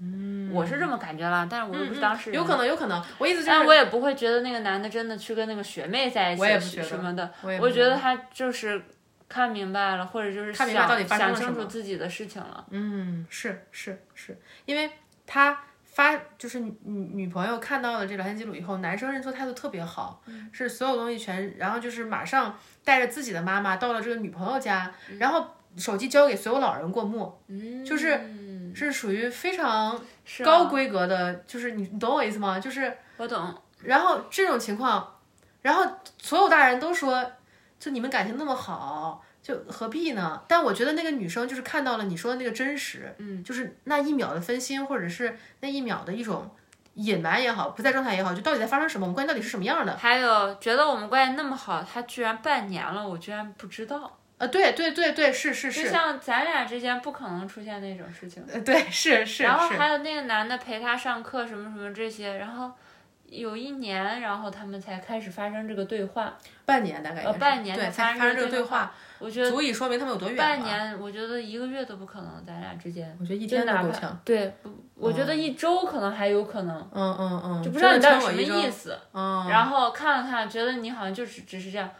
Speaker 1: 嗯，我是这么感觉了，但是我又不是当事人，
Speaker 2: 嗯有可能，有可能，我意思就
Speaker 1: 但
Speaker 2: 是
Speaker 1: 我也不会觉得那个男的真的去跟那个学妹在一起，
Speaker 2: 我也不觉得
Speaker 1: 什么的。
Speaker 2: 我也
Speaker 1: 我
Speaker 2: 不
Speaker 1: 觉
Speaker 2: 觉
Speaker 1: 得
Speaker 2: 得
Speaker 1: 他就是看明白了，或者就是
Speaker 2: 看明白到底
Speaker 1: 想
Speaker 2: 发生
Speaker 1: 想
Speaker 2: 了什
Speaker 1: 清楚
Speaker 2: 么
Speaker 1: 自己的事情了。
Speaker 2: 嗯，是是是，因为他发就是女女朋友看到了这聊天记录以后，男生认错态度特别好，
Speaker 1: 嗯
Speaker 2: 是所有东西全，然后就是马上带着自己的妈妈到了这个女朋友家，
Speaker 1: 嗯
Speaker 2: 然后手机交给所有老人过目，
Speaker 1: 就是
Speaker 2: 是属于非常
Speaker 1: 啊
Speaker 2: 高规格的，就是你你懂我意思吗？就是
Speaker 1: 我懂，
Speaker 2: 然后这种情况，然后所有大人都说，就你们感情那么好，就何必呢？但我觉得那个女生就是看到了你说的那个真实，嗯，就是那一秒的分心，或者是那一秒的一种隐瞒也好，不在状态也好，就到底在发生什么，我们关系到底是什么样的？
Speaker 1: 还有觉得我们关系那么好，他居然半年了，我居然不知道。
Speaker 2: 啊，对对对对，是是，
Speaker 1: 就是像咱俩之间不可能出现那种事情。
Speaker 2: 呃，对是是
Speaker 1: 然后
Speaker 2: 是，
Speaker 1: 还有那个男的陪她上课什么什么这些，然后有一年，然后他们才开始发生这个对话，
Speaker 2: 半年大概也
Speaker 1: 呃，
Speaker 2: 是
Speaker 1: 半年
Speaker 2: 对
Speaker 1: 才
Speaker 2: 才
Speaker 1: 发
Speaker 2: 发生
Speaker 1: 生
Speaker 2: 这个
Speaker 1: 对
Speaker 2: 对话，，
Speaker 1: 我觉得
Speaker 2: 足以说明他们有多远了。
Speaker 1: 半，年，我觉得一个月都不可能，咱俩之间
Speaker 2: 我觉得一
Speaker 1: 就
Speaker 2: 天都
Speaker 1: 哪
Speaker 2: 够
Speaker 1: 怕
Speaker 2: 呛。
Speaker 1: 对，不，我觉得一周可能还有可能，
Speaker 2: 嗯嗯嗯，
Speaker 1: 就不知道你到底什
Speaker 2: 真
Speaker 1: 么
Speaker 2: 的撑我一
Speaker 1: 意
Speaker 2: 周。
Speaker 1: 思。
Speaker 2: 嗯，
Speaker 1: 然后看了看，觉得你好像就只只是这样，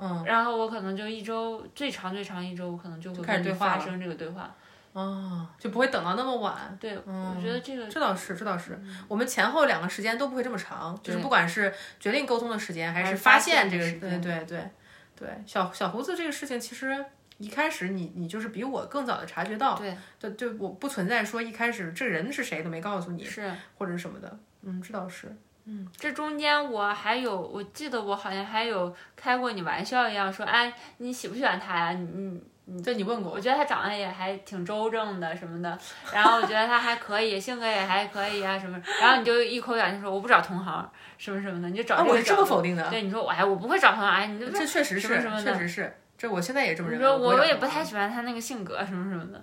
Speaker 2: 嗯，
Speaker 1: 然后我可能就一周最长最长一周，我可能就会
Speaker 2: 开
Speaker 1: 跟
Speaker 2: 始
Speaker 1: 你
Speaker 2: 对话
Speaker 1: 发
Speaker 2: 了
Speaker 1: 生这个对话。
Speaker 2: 哦，就不会等到那么晚。
Speaker 1: 对，
Speaker 2: 嗯
Speaker 1: 我觉得这个嗯
Speaker 2: 这倒是，这倒是，我们前后两个时间都不会这么长，就是不管是决定沟通的时间，还
Speaker 1: 还
Speaker 2: 是
Speaker 1: 是发
Speaker 2: 现
Speaker 1: 现
Speaker 2: 这
Speaker 1: 的
Speaker 2: 个，
Speaker 1: 时
Speaker 2: 对
Speaker 1: 间
Speaker 2: 对对对，小小胡子这个事情，其实一开始你你就是比我更早的察觉到，
Speaker 1: 对
Speaker 2: 对对，我不存在说一开始这人是谁都没告诉你
Speaker 1: 是
Speaker 2: 或者什么的，嗯，这倒是，
Speaker 1: 嗯这中间我还有，我记得我好像还有开过你玩笑一样，说哎，你喜不喜欢他呀？你你。
Speaker 2: 对你问过
Speaker 1: 我
Speaker 2: 我，
Speaker 1: 觉得他长得也还挺周正的什么的，然后我觉得他还可以，性格也还可以啊什么，然后你就一口咬定说我不找同行什么什么的，你就找
Speaker 2: 啊，
Speaker 1: 个
Speaker 2: 我是这么
Speaker 1: 角
Speaker 2: 否
Speaker 1: 度
Speaker 2: 定的，
Speaker 1: 对你说我哎我不会找同行，哎你这
Speaker 2: 这确实
Speaker 1: 什
Speaker 2: 是
Speaker 1: 么什么，
Speaker 2: 确
Speaker 1: 的
Speaker 2: 实是，这我现在也这么
Speaker 1: 你
Speaker 2: 认
Speaker 1: 说
Speaker 2: 为，
Speaker 1: 我
Speaker 2: 我啊
Speaker 1: 也不太喜欢他那个性格什么什么的，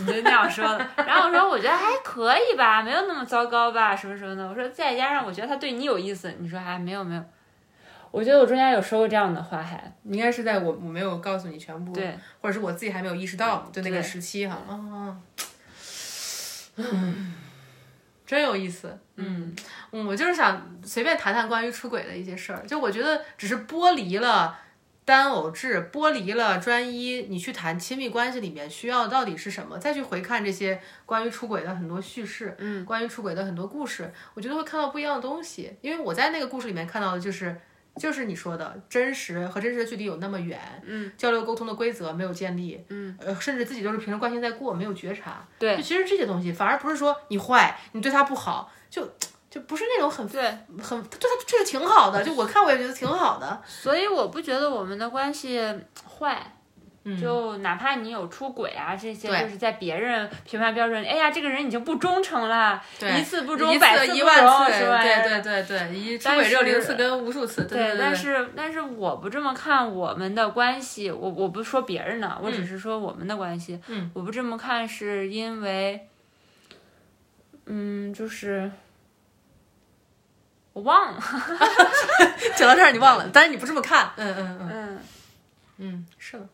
Speaker 1: 你就那样说的。然后我说我觉得还可以吧，没有那么糟糕吧，什么什么的。我说再加上我觉得他对你有意思，你说哎还没有没有。我觉得我中间有说过这样的话，还
Speaker 2: 你应该是在我我没有告诉你全部，
Speaker 1: 对，
Speaker 2: 或者是我自己还没有意识到，就那个
Speaker 1: 对哦
Speaker 2: 时期哈，啊啊，啊真有意思。
Speaker 1: 嗯，
Speaker 2: 嗯，我就是想随便谈谈关于出轨的一些事儿，就我觉得只是剥离了。单偶制剥离了专一，你去谈亲密关系里面需要到底是什么，再去回看这些关于出轨的很多叙事，嗯，关于出轨的很多故事，我觉得会看到不一样的东西。因为我在那个故事里面看到的就是，就是你说的真实和真实的距离有那么远，嗯，交流沟通的规则没有建立，嗯，呃，甚至自己都是凭着惯性在过，没有觉察，
Speaker 1: 对
Speaker 2: 就其实这些东西反而不是说你坏，你对他不好，就就不是那种很
Speaker 1: 对，
Speaker 2: 很，对他这个挺好的，就我看我也觉得挺好的。
Speaker 1: 所以我不觉得我们的关系坏。就哪怕你有出轨啊，这些
Speaker 2: 嗯对
Speaker 1: 就是在别人评判标准，哎呀，这个人已经不忠诚了，一次不忠，
Speaker 2: 一
Speaker 1: 百
Speaker 2: 次
Speaker 1: 不
Speaker 2: 一
Speaker 1: 忠，
Speaker 2: 万次，
Speaker 1: 是吧？
Speaker 2: 对对对对，一出
Speaker 1: 但
Speaker 2: 轨只有零
Speaker 1: 是
Speaker 2: 次跟无数次，对对
Speaker 1: 对，但是但是我不这么看我们的关系，我我不说别人呢，我只是说我们的关系，
Speaker 2: 嗯，
Speaker 1: 我不这么看是因为，嗯，就是我忘了，
Speaker 2: 对 讲到这儿你忘了，但是你不这么看，嗯嗯嗯
Speaker 1: 嗯，
Speaker 2: 嗯，是的，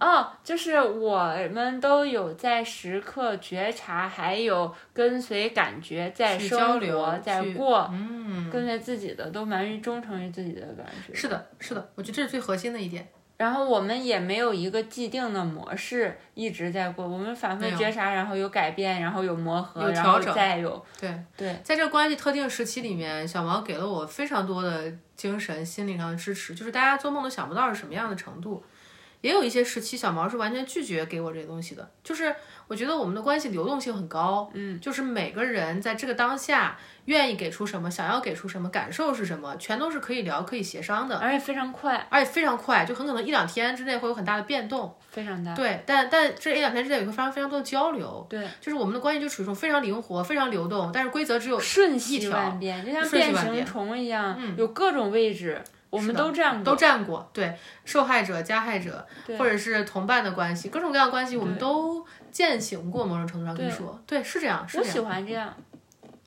Speaker 1: 哦，就是我们都有在时刻觉察，还有跟随感觉在
Speaker 2: 去
Speaker 1: 生
Speaker 2: 交
Speaker 1: 活，
Speaker 2: 流
Speaker 1: 在
Speaker 2: 去
Speaker 1: 过，
Speaker 2: 嗯，
Speaker 1: 跟随自己的，都蛮于忠诚于自己的感觉，
Speaker 2: 是的，是的，我觉得这是最核心的一点，
Speaker 1: 然后我们也没有一个既定的模式一直在过，我们反复
Speaker 2: 没有
Speaker 1: 觉察，然后有改变，然后有磨合，
Speaker 2: 有
Speaker 1: 然
Speaker 2: 调
Speaker 1: 后
Speaker 2: 整
Speaker 1: 再有
Speaker 2: 对。
Speaker 1: 对
Speaker 2: 在这个关系特定时期里面，小毛给了我非常多的精神、心理上的支持，就是大家做梦都想不到是什么样的程度。也有一些时期，小毛是完全拒绝给我这些东西的，就是我觉得我们的关系流动性很高，嗯，就是每个人在这个当下愿意给出什么，想要给出什么，感受是什么，全都是可以聊、可以协商的，
Speaker 1: 而且非常快，
Speaker 2: 而且非常快，就很可能一两天之内会有很大的变动。
Speaker 1: 非常大，
Speaker 2: 对，但但这一两天之内也会发生非常多的交流，
Speaker 1: 对，
Speaker 2: 就是我们的关系就处于一种非常灵活、非常流动，但是规则只有
Speaker 1: 瞬
Speaker 2: 一
Speaker 1: 息
Speaker 2: 条
Speaker 1: 万变，就像
Speaker 2: 瞬息
Speaker 1: 变
Speaker 2: 万
Speaker 1: 形
Speaker 2: 变嗯
Speaker 1: 虫一样，有各种位置，我们
Speaker 2: 的
Speaker 1: 都占过，
Speaker 2: 都站过，对受害者、加害者，
Speaker 1: 对
Speaker 2: 或者是同伴的关系，各种各样的关系，我们
Speaker 1: 对
Speaker 2: 都践行过。某种程度上跟你说，对，是这样，是
Speaker 1: 我
Speaker 2: 这样。
Speaker 1: 喜欢这样。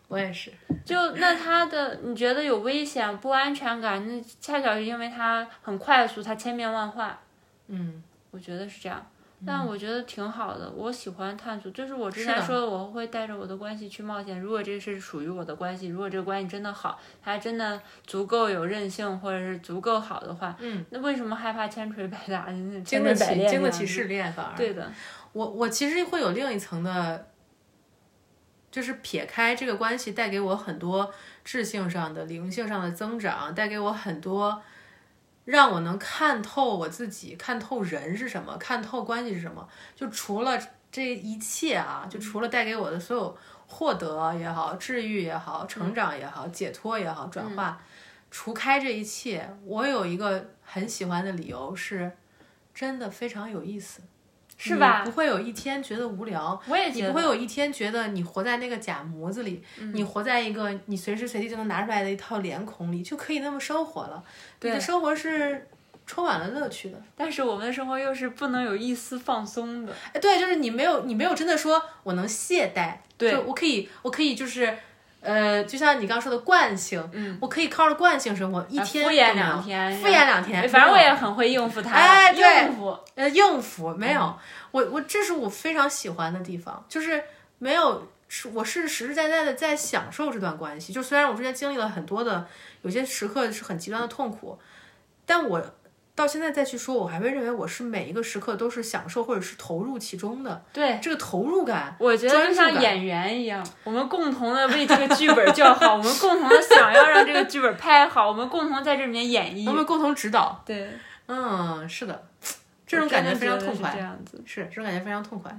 Speaker 2: 我也是，
Speaker 1: 就那他的，你觉得有危险、不安全感，那恰巧是因为他很快速，他千变万化。
Speaker 2: 嗯，
Speaker 1: 我觉得是这样。但我觉得挺好的，我喜欢探索，就是我之
Speaker 2: 是
Speaker 1: 前
Speaker 2: 的
Speaker 1: 说的，我会带着我的关系去冒险。如果这是属于我的关系，如果这个关系真的好，它真的足够有韧性，或者是足够好的话，
Speaker 2: 嗯，
Speaker 1: 那为什么害怕千锤百打？
Speaker 2: 经
Speaker 1: 千
Speaker 2: 得
Speaker 1: 锤嗯百
Speaker 2: 起啊
Speaker 1: 炼
Speaker 2: 经
Speaker 1: 那
Speaker 2: 得
Speaker 1: 样
Speaker 2: 起
Speaker 1: 子
Speaker 2: 试炼，反而
Speaker 1: 对的，
Speaker 2: 我我其实会有另一层的就是撇开这个关系带给我很多智性上的、灵性上的增长，带给我很多让我能看透我自己、看透人是什么、看透关系是什么。就除了这一切啊，就除了带给我的所有获得也好、治愈也好、成长也好、解脱也好、转化，除开这一切，我有一个很喜欢的理由是，真的非常有意思。
Speaker 1: 是吧？
Speaker 2: 你不会有一天觉得无聊，
Speaker 1: 我也
Speaker 2: 嗯你
Speaker 1: 觉得
Speaker 2: 不
Speaker 1: 嗯
Speaker 2: 会有一天觉得你活在那个假模子里，你活在一个你随时随地就能拿出来的一套脸孔里，就可以那么生活了。你的生活是充满了乐趣的。
Speaker 1: 但是我们的生活又是不能有一丝放松的。
Speaker 2: 哎，对，就是你没有，你没有真的说我能懈怠，
Speaker 1: 对
Speaker 2: 就我可以，我可以就是。呃，就像你刚说的惯性，
Speaker 1: 嗯，
Speaker 2: 我可以靠着惯性生活，一
Speaker 1: 啊
Speaker 2: 天
Speaker 1: 敷衍
Speaker 2: 都没有
Speaker 1: 两天哎
Speaker 2: 敷衍两天，
Speaker 1: 反正我
Speaker 2: 没有
Speaker 1: 也很会应付他，
Speaker 2: 哎对
Speaker 1: 应付。
Speaker 2: 呃，应付没有，
Speaker 1: 嗯
Speaker 2: 我我这是我非常喜欢的地方，就是没有，是我是实实在在的在享受这段关系。就虽然我中间经历了很多的，有些时刻是很极端的痛苦，但我到现在再去说，我还会认为我是每一个时刻都是享受或者是投入其中的。
Speaker 1: 对，
Speaker 2: 这个投入感，
Speaker 1: 我觉得
Speaker 2: 专
Speaker 1: 就
Speaker 2: 注
Speaker 1: 像
Speaker 2: 感
Speaker 1: 演员一样，我们共同的为这个剧本叫 好，我们共同的想要让这个剧本拍好，我们共同在这里面演
Speaker 2: 能不
Speaker 1: 绎。
Speaker 2: 能共同指导？
Speaker 1: 对，
Speaker 2: 嗯，是的，这种感觉非常痛快
Speaker 1: 这。样子，
Speaker 2: 是，这种感觉非常痛快。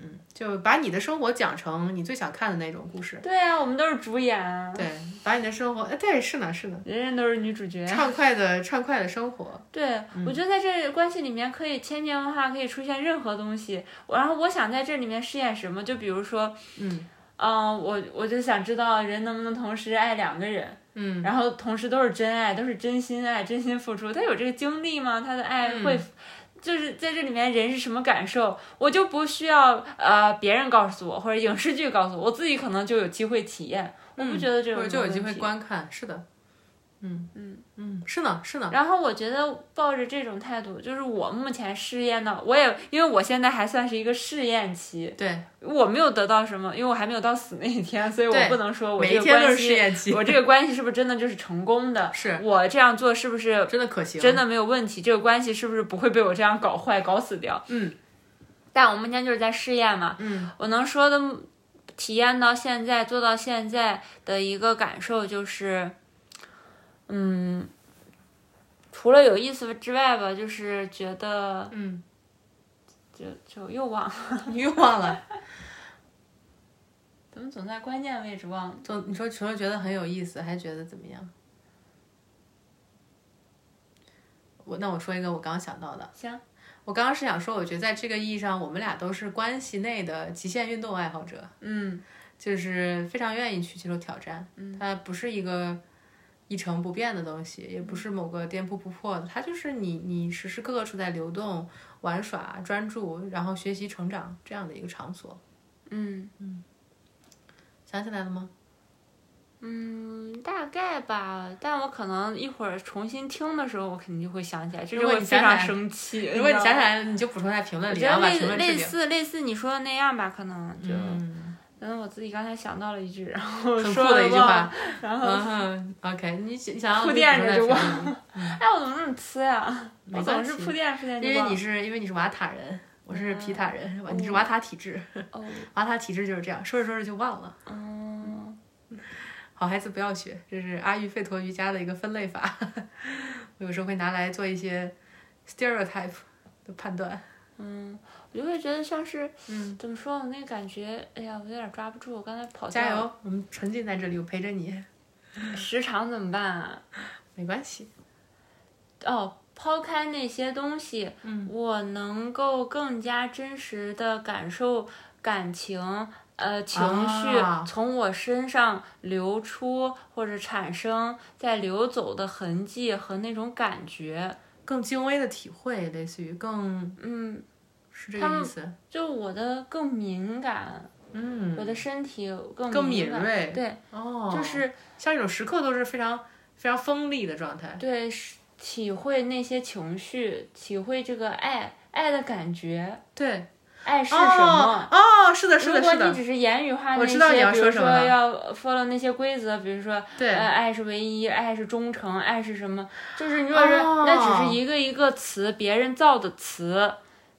Speaker 2: 嗯，就把你的生活讲成你最想看的那种故事。
Speaker 1: 对啊，我们都是主演啊，
Speaker 2: 对，把你的生活，哎，对，是呢，是呢，
Speaker 1: 人人都是女主角。
Speaker 2: 畅快的畅快的生活，
Speaker 1: 对，
Speaker 2: 嗯
Speaker 1: 我觉得在这关系里面可以千变万化，可以出现任何东西。我然后我想在这里面试验什么，就比如说，
Speaker 2: 嗯
Speaker 1: 嗯，我我就想知道人能不能同时爱两个人，
Speaker 2: 嗯，
Speaker 1: 然后同时都是真爱，都是真心爱、真心付出。他有这个精力吗？他的爱会。
Speaker 2: 嗯
Speaker 1: 就是在这里面，人是什么感受，我就不需要呃别人告诉我，或者影视剧告诉我，我自己可能就有机会体验。我不觉得这
Speaker 2: 嗯或
Speaker 1: 种
Speaker 2: 者就有
Speaker 1: 问
Speaker 2: 机会
Speaker 1: 题
Speaker 2: 观看，是的，嗯嗯嗯，是呢是呢，
Speaker 1: 然后我觉得抱着这种态度，就是我目前试验到，我也因为我现在还算是一个试验期，
Speaker 2: 对，
Speaker 1: 我没有得到什么，因为我还没有到死那一天，所以我
Speaker 2: 对
Speaker 1: 不能说我
Speaker 2: 每
Speaker 1: 这
Speaker 2: 一
Speaker 1: 个
Speaker 2: 天都
Speaker 1: 关
Speaker 2: 是试
Speaker 1: 系，
Speaker 2: 验期，
Speaker 1: 我这个关系是不是真的就是成功的？
Speaker 2: 是
Speaker 1: 我这样做是不是
Speaker 2: 真的可行，
Speaker 1: 真的没有问题？这个关系是不是不会被我这样搞坏、搞死掉？
Speaker 2: 嗯
Speaker 1: 但我目前就是在试验嘛，
Speaker 2: 嗯
Speaker 1: 我能说的体验到现在做到现在的一个感受就是，嗯，除了有意思之外吧，就是觉得
Speaker 2: 嗯，
Speaker 1: 就就又忘了，
Speaker 2: 你又忘了，
Speaker 1: 怎么总在关键位置忘了？
Speaker 2: 总你说除了觉得很有意思，还觉得怎么样？我那我说一个我刚想到的，
Speaker 1: 行，
Speaker 2: 我刚刚是想说，我觉得在这个意义上，我们俩都是关系内的极限运动爱好者。
Speaker 1: 嗯
Speaker 2: 就是非常愿意去接受挑战。
Speaker 1: 嗯
Speaker 2: 它不是一个一成不变的东西，也
Speaker 1: 嗯
Speaker 2: 不是某个颠扑不破的，它就是你你时时刻刻处在流动、玩耍、专注，然后学习成长这样的一个场所。
Speaker 1: 嗯
Speaker 2: 想起来了吗？
Speaker 1: 嗯，大概吧，但我可能一会儿重新听的时候，我肯定就会想起来，这
Speaker 2: 如
Speaker 1: 就
Speaker 2: 果
Speaker 1: 会
Speaker 2: 你
Speaker 1: 非
Speaker 2: 想起
Speaker 1: 常
Speaker 2: 来
Speaker 1: 生气。
Speaker 2: 如果你
Speaker 1: 知
Speaker 2: 想
Speaker 1: 道
Speaker 2: 起
Speaker 1: 吗，
Speaker 2: 来了，你就补充在评论
Speaker 1: 我
Speaker 2: 里，
Speaker 1: 觉
Speaker 2: 然
Speaker 1: 得
Speaker 2: 后把
Speaker 1: 类
Speaker 2: 评论置
Speaker 1: 类
Speaker 2: 顶。
Speaker 1: 似类似你说的那样吧，可能就。
Speaker 2: 嗯，
Speaker 1: 嗯，我自己刚才想到了一句，然后
Speaker 2: 很酷
Speaker 1: 说了
Speaker 2: 的一句话
Speaker 1: 忘。。然后，
Speaker 2: 嗯哼，OK，你想你想要
Speaker 1: 铺垫着就忘
Speaker 2: 了，
Speaker 1: 哎，我怎么那么呲呀？我
Speaker 2: 没
Speaker 1: 总
Speaker 2: 关
Speaker 1: 是
Speaker 2: 系
Speaker 1: 铺垫铺垫就
Speaker 2: 因为
Speaker 1: 忘
Speaker 2: 你
Speaker 1: 了。
Speaker 2: 是因为你是瓦塔人，我是皮塔人，你是
Speaker 1: 哦
Speaker 2: 瓦塔体质，
Speaker 1: 哦，
Speaker 2: 瓦塔体质就是这样，说着说着就忘了。
Speaker 1: 嗯，
Speaker 2: 好孩子不要学，这是阿育吠陀瑜伽的一个分类法。我有时候会拿来做一些 stereotype 的判断。
Speaker 1: 嗯我就会觉得像是，
Speaker 2: 嗯，
Speaker 1: 怎么说，我那个感觉，哎呀，我有点抓不住，我刚才跑
Speaker 2: 加
Speaker 1: 掉了。
Speaker 2: 油，我们沉浸在这里，我陪着你，
Speaker 1: 时长怎么办啊？
Speaker 2: 没关系。
Speaker 1: 哦，抛开那些东西，
Speaker 2: 嗯
Speaker 1: 我能够更加真实的感受感情。呃，情绪
Speaker 2: 啊
Speaker 1: 从我身上流出或者产生，在流走的痕迹和那种感觉，
Speaker 2: 更精微的体会，类似于更
Speaker 1: 嗯，
Speaker 2: 是这个意思。
Speaker 1: 就我的更敏感，我
Speaker 2: 嗯，
Speaker 1: 的身体更
Speaker 2: 更
Speaker 1: 敏
Speaker 2: 敏
Speaker 1: 感
Speaker 2: 锐
Speaker 1: 对，
Speaker 2: 哦，
Speaker 1: 就是
Speaker 2: 像这种时刻都是非常非常锋利的状态。
Speaker 1: 对是体会那些情绪，体会这个爱爱的感觉，
Speaker 2: 对，
Speaker 1: 爱是什么？
Speaker 2: 哦哦，是 的，是
Speaker 1: 如
Speaker 2: 的，
Speaker 1: 果
Speaker 2: 是
Speaker 1: 你
Speaker 2: 的，
Speaker 1: 只是言语化那
Speaker 2: 我
Speaker 1: 些，
Speaker 2: 知道你要
Speaker 1: 比如
Speaker 2: 说什
Speaker 1: 说
Speaker 2: 么了
Speaker 1: 要 follow 那些规则，比如说
Speaker 2: 对
Speaker 1: 呃，爱是唯一，爱是忠诚，爱是什么？就是你如果是、
Speaker 2: 哦
Speaker 1: 那只是一个一个词，别人造的词，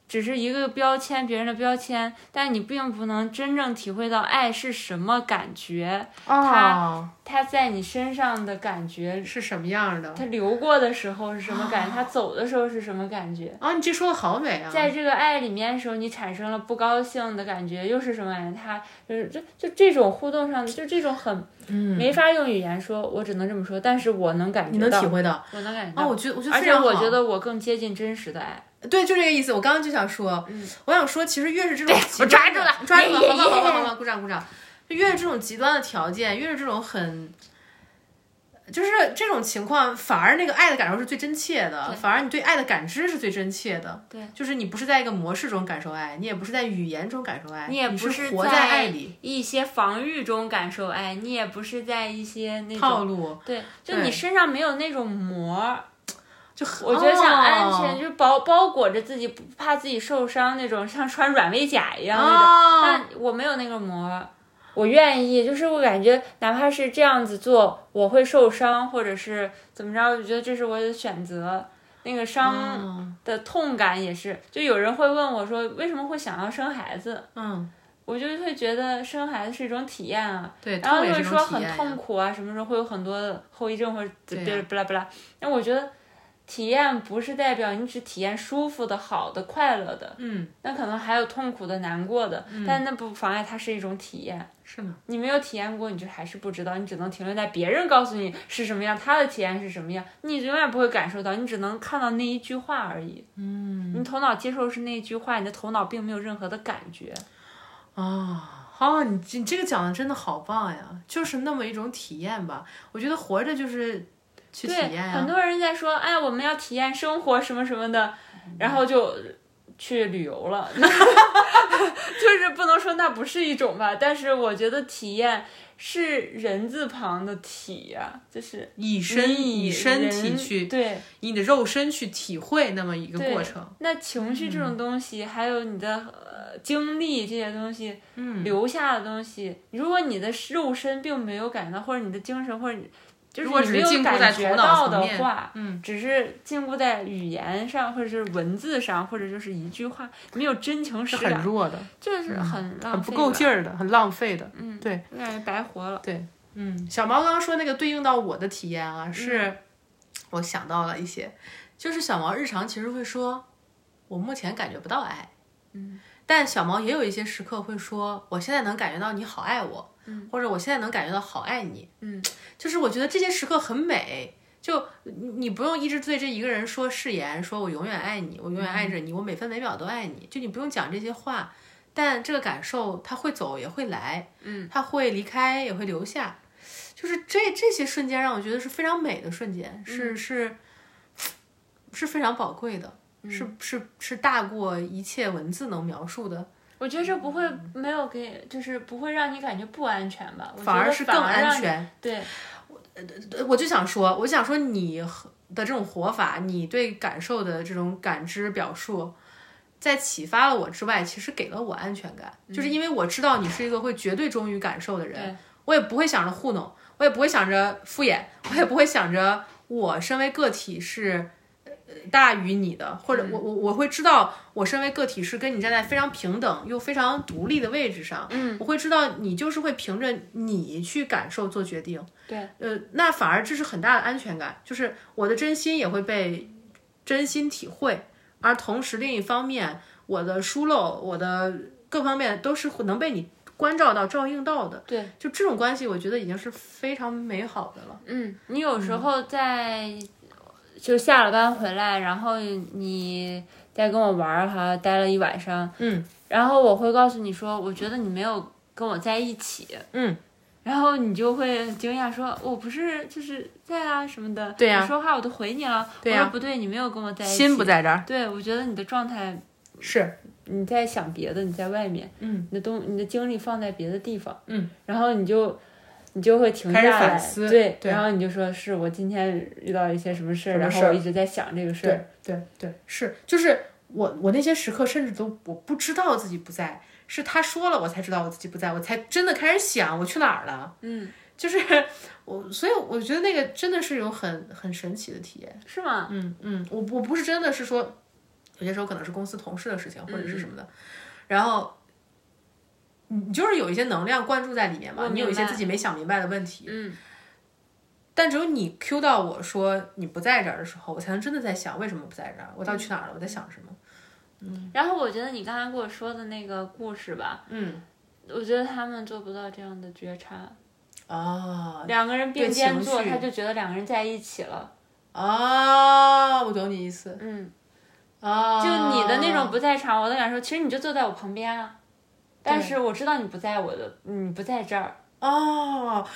Speaker 1: 只是一个标签，别人的标签，但你并不能真正体会到爱是什么感觉，
Speaker 2: 啊，
Speaker 1: 它在你身上的感觉，
Speaker 2: 是什么样的
Speaker 1: 它流过的时候是什么感
Speaker 2: 哦
Speaker 1: 觉，它走的时候是什么感觉。
Speaker 2: 啊？你这说的好美啊！
Speaker 1: 在这个爱里面的时候，你产生了不高兴的感觉，又是什么感觉？他就是就就这种互动上的，就这种很没法用语言说，我只能这么说，但是我能感
Speaker 2: 嗯
Speaker 1: 觉
Speaker 2: 你能
Speaker 1: 到，
Speaker 2: 体会到
Speaker 1: 哦我能感觉
Speaker 2: 啊？
Speaker 1: 到，
Speaker 2: 我觉得我觉得
Speaker 1: 而
Speaker 2: 非
Speaker 1: 且
Speaker 2: 常好，
Speaker 1: 我觉得我更接近真实的爱。
Speaker 2: 对，就这个意思。我刚刚就想说，我想说，其实越是这种
Speaker 1: 嗯
Speaker 2: 极
Speaker 1: 我抓
Speaker 2: 端的
Speaker 1: 住了
Speaker 2: 抓住 了，
Speaker 1: 耶
Speaker 2: 好棒
Speaker 1: 耶
Speaker 2: 好棒
Speaker 1: 耶
Speaker 2: 好棒，鼓掌鼓掌。就越是这种极端的条件，越是这种很，就是这种情况，反而那个爱的感受是最真切的，反而你对爱的感知是最真切的。
Speaker 1: 对，
Speaker 2: 就是你不是在一个模式中感受爱，你也不是在语言中感受爱，你
Speaker 1: 也不
Speaker 2: 是
Speaker 1: 是
Speaker 2: 活
Speaker 1: 在
Speaker 2: 爱里
Speaker 1: 一些防御中感受爱，你也不是在一些那
Speaker 2: 套
Speaker 1: 种
Speaker 2: 路，
Speaker 1: 对，就
Speaker 2: 对
Speaker 1: 你身上没有那种膜儿，
Speaker 2: 就很
Speaker 1: 我觉得像安全，
Speaker 2: 哦
Speaker 1: 就是包包裹着自己，不怕自己受伤那种，像穿软猬甲一样那种。
Speaker 2: 哦
Speaker 1: 但我没有那个膜，我愿意，就是我感觉哪怕是这样子做，我会受伤，或者是怎么着，我觉得这是我的选择。那个伤
Speaker 2: 嗯
Speaker 1: 的痛感也是，就有人会问我说，为什么会想要生孩子？
Speaker 2: 嗯，
Speaker 1: 我就会觉得生孩子是一种体验啊，
Speaker 2: 对，
Speaker 1: 然后
Speaker 2: 痛也
Speaker 1: 就是是
Speaker 2: 一种
Speaker 1: 说
Speaker 2: 体
Speaker 1: 很
Speaker 2: 验呀
Speaker 1: 痛苦啊，什么时候会有很多的后遗症或者怎不
Speaker 2: 对呀
Speaker 1: 啦不啦不啦。那我觉得体验不是代表你只体验舒服的、好的、快乐的，
Speaker 2: 嗯，
Speaker 1: 那可能还有痛苦的、难过的，但那不妨碍它是一种体验。
Speaker 2: 是呢，
Speaker 1: 你没有体验过，你就还是不知道，你只能停留在别人告诉你是什么样，他的体验是什么样，你永远不会感受到，你只能看到那一句话而已。嗯，你头脑接受的是那一句话，你的头脑并没有任何的感觉。
Speaker 2: 啊，哦，你这你这个讲的真的好棒呀，就是那么一种体验吧。我觉得活着就是去体
Speaker 1: 对，
Speaker 2: 验啊呀、
Speaker 1: 很多人在说，哎，我们要体验生活什么什么的，
Speaker 2: 嗯
Speaker 1: 然后就去旅游 了， 就是不能说那不是一种吧，但是我觉得体验是人字旁的体呀、就是
Speaker 2: 以
Speaker 1: 你
Speaker 2: 身以身体
Speaker 1: 人
Speaker 2: 去，
Speaker 1: 对。
Speaker 2: 以你的肉身去体会那么一个过程。
Speaker 1: 那情绪这种东西，还有你的、呃、经历这些东西，嗯，留下的东西，如果你的肉身并没有感觉到，或者你的精神，或者你就是
Speaker 2: 如果
Speaker 1: 你
Speaker 2: 只
Speaker 1: 没
Speaker 2: 是禁
Speaker 1: 有
Speaker 2: 锢在
Speaker 1: 感
Speaker 2: 头
Speaker 1: 觉
Speaker 2: 脑
Speaker 1: 到的
Speaker 2: 层面
Speaker 1: 话，，
Speaker 2: 嗯，
Speaker 1: 只是禁锢在语言上，或者是文字上，或者就是一句话，没有真情
Speaker 2: 是
Speaker 1: 实
Speaker 2: 很
Speaker 1: 感，
Speaker 2: 弱的，
Speaker 1: 就是很嗯浪费、
Speaker 2: 很不够劲
Speaker 1: 儿，
Speaker 2: 儿的，很浪费的。
Speaker 1: 嗯，
Speaker 2: 对，
Speaker 1: 我感觉白活了。
Speaker 2: 对，嗯，小毛刚刚说那个对应到我的体验啊，是、我想到了一些，就是小毛日常其实会说，我目前感觉不到爱，嗯，但小毛也有一些时刻会说，我现在能感觉到你好爱我，嗯，或者我现在能感觉到好爱你，
Speaker 1: 嗯，
Speaker 2: 就是我觉得这些时刻很美。就你你不用一直对这一个人说誓言，说我永远爱你，我永远爱着你，我每分每秒都爱你。就你不用讲这些话，但这个感受它会走也会来，他会离开，也会留下，就是这这些瞬间让我觉得是非常美的瞬间，
Speaker 1: 嗯
Speaker 2: 是是是非常宝贵的，
Speaker 1: 嗯
Speaker 2: 是是是大过一切文字能描述的，
Speaker 1: 我觉得这不会没有给，就是不会让你感觉不安全吧？我觉
Speaker 2: 反而
Speaker 1: 得
Speaker 2: 是更
Speaker 1: 而让
Speaker 2: 安
Speaker 1: 你。
Speaker 2: 全。
Speaker 1: 对，
Speaker 2: 呃我就想说，我想说你和的这种活法，你对感受的这种感知表述，在启发了我之外，其实给了我安全感，
Speaker 1: 嗯
Speaker 2: 就是因为我知道你是一个会绝对忠于感受的人
Speaker 1: 对，
Speaker 2: 我也不会想着糊弄，我也不会想着敷衍，我也不会想着我身为个体是。呃大于你的，或者我我我会知道，我身为个体是跟你站在非常平等又非常独立的位置上，嗯，我会知道你就是会凭着你去感受做决定，呃，那反而这是很大的安全感，就是我的真心也会被真心体会，而同时另一方面，我的疏漏，我的各方面都是能被你关照到、照应到的。
Speaker 1: 对，
Speaker 2: 就这种关系，我觉得已经是非常美好的了。
Speaker 1: 嗯，你有时候在、就下了班回来，然后你再跟我玩儿哈，待了一晚上，
Speaker 2: 嗯，
Speaker 1: 然后我会告诉你说，我觉得你没有跟我在一起，
Speaker 2: 嗯，
Speaker 1: 然后你就会惊讶说，我不是就是在啊什么的，
Speaker 2: 对呀
Speaker 1: 你说话我都回你了，
Speaker 2: 对
Speaker 1: 我
Speaker 2: 呀
Speaker 1: 说不对，你没有跟我在一起，
Speaker 2: 心不，在这儿，
Speaker 1: 对我觉得你的状态。
Speaker 2: 是
Speaker 1: 你在想别的，你在外面，
Speaker 2: 嗯，
Speaker 1: 你的东，你的精力放在别的地方，
Speaker 2: 嗯，
Speaker 1: 然后你就，你就会停下
Speaker 2: 开始
Speaker 1: 来，
Speaker 2: 反思
Speaker 1: 对，
Speaker 2: 对
Speaker 1: 然后你就说是我今天遇到一些什么事
Speaker 2: 什
Speaker 1: 儿，
Speaker 2: 么
Speaker 1: 然后
Speaker 2: 事儿
Speaker 1: 我一直在想这个事儿，
Speaker 2: 对对对，是就是我我那些时刻，甚至都我不知道自己不在，是他说了我才知道我自己不在，我才真的开始想我去哪儿了。
Speaker 1: 嗯，
Speaker 2: 就是我，所以我觉得那个真的是有很很神奇的体验。
Speaker 1: 是吗？
Speaker 2: 嗯嗯，我我不是真的是说，有些时候可能是公司同事的事情或者是什
Speaker 1: 嗯
Speaker 2: 么的，然后你你就是有一些能量灌注在里面嘛
Speaker 1: 我，
Speaker 2: 你有一些
Speaker 1: 明白
Speaker 2: 自己没想明白的问题，
Speaker 1: 嗯，
Speaker 2: 但只有你 Q 到我说你不在这儿的时候，我才能真的在想为什么不在这儿，我到底去哪儿了，我在想什么。
Speaker 1: 然后我觉得你刚才跟我说的那个故事吧，
Speaker 2: 嗯
Speaker 1: 我觉得他们做不到这样的觉察。
Speaker 2: 啊
Speaker 1: 两个人并
Speaker 2: 对
Speaker 1: 肩
Speaker 2: 情
Speaker 1: 坐，
Speaker 2: 绪
Speaker 1: 他就觉得两个人在一起了。
Speaker 2: 啊，我懂你意思
Speaker 1: 嗯，
Speaker 2: 啊，
Speaker 1: 就你的那种不在场，我的感受，其实你就坐在我旁边啊。但是我知道你不在我的，你不在这儿，
Speaker 2: 哦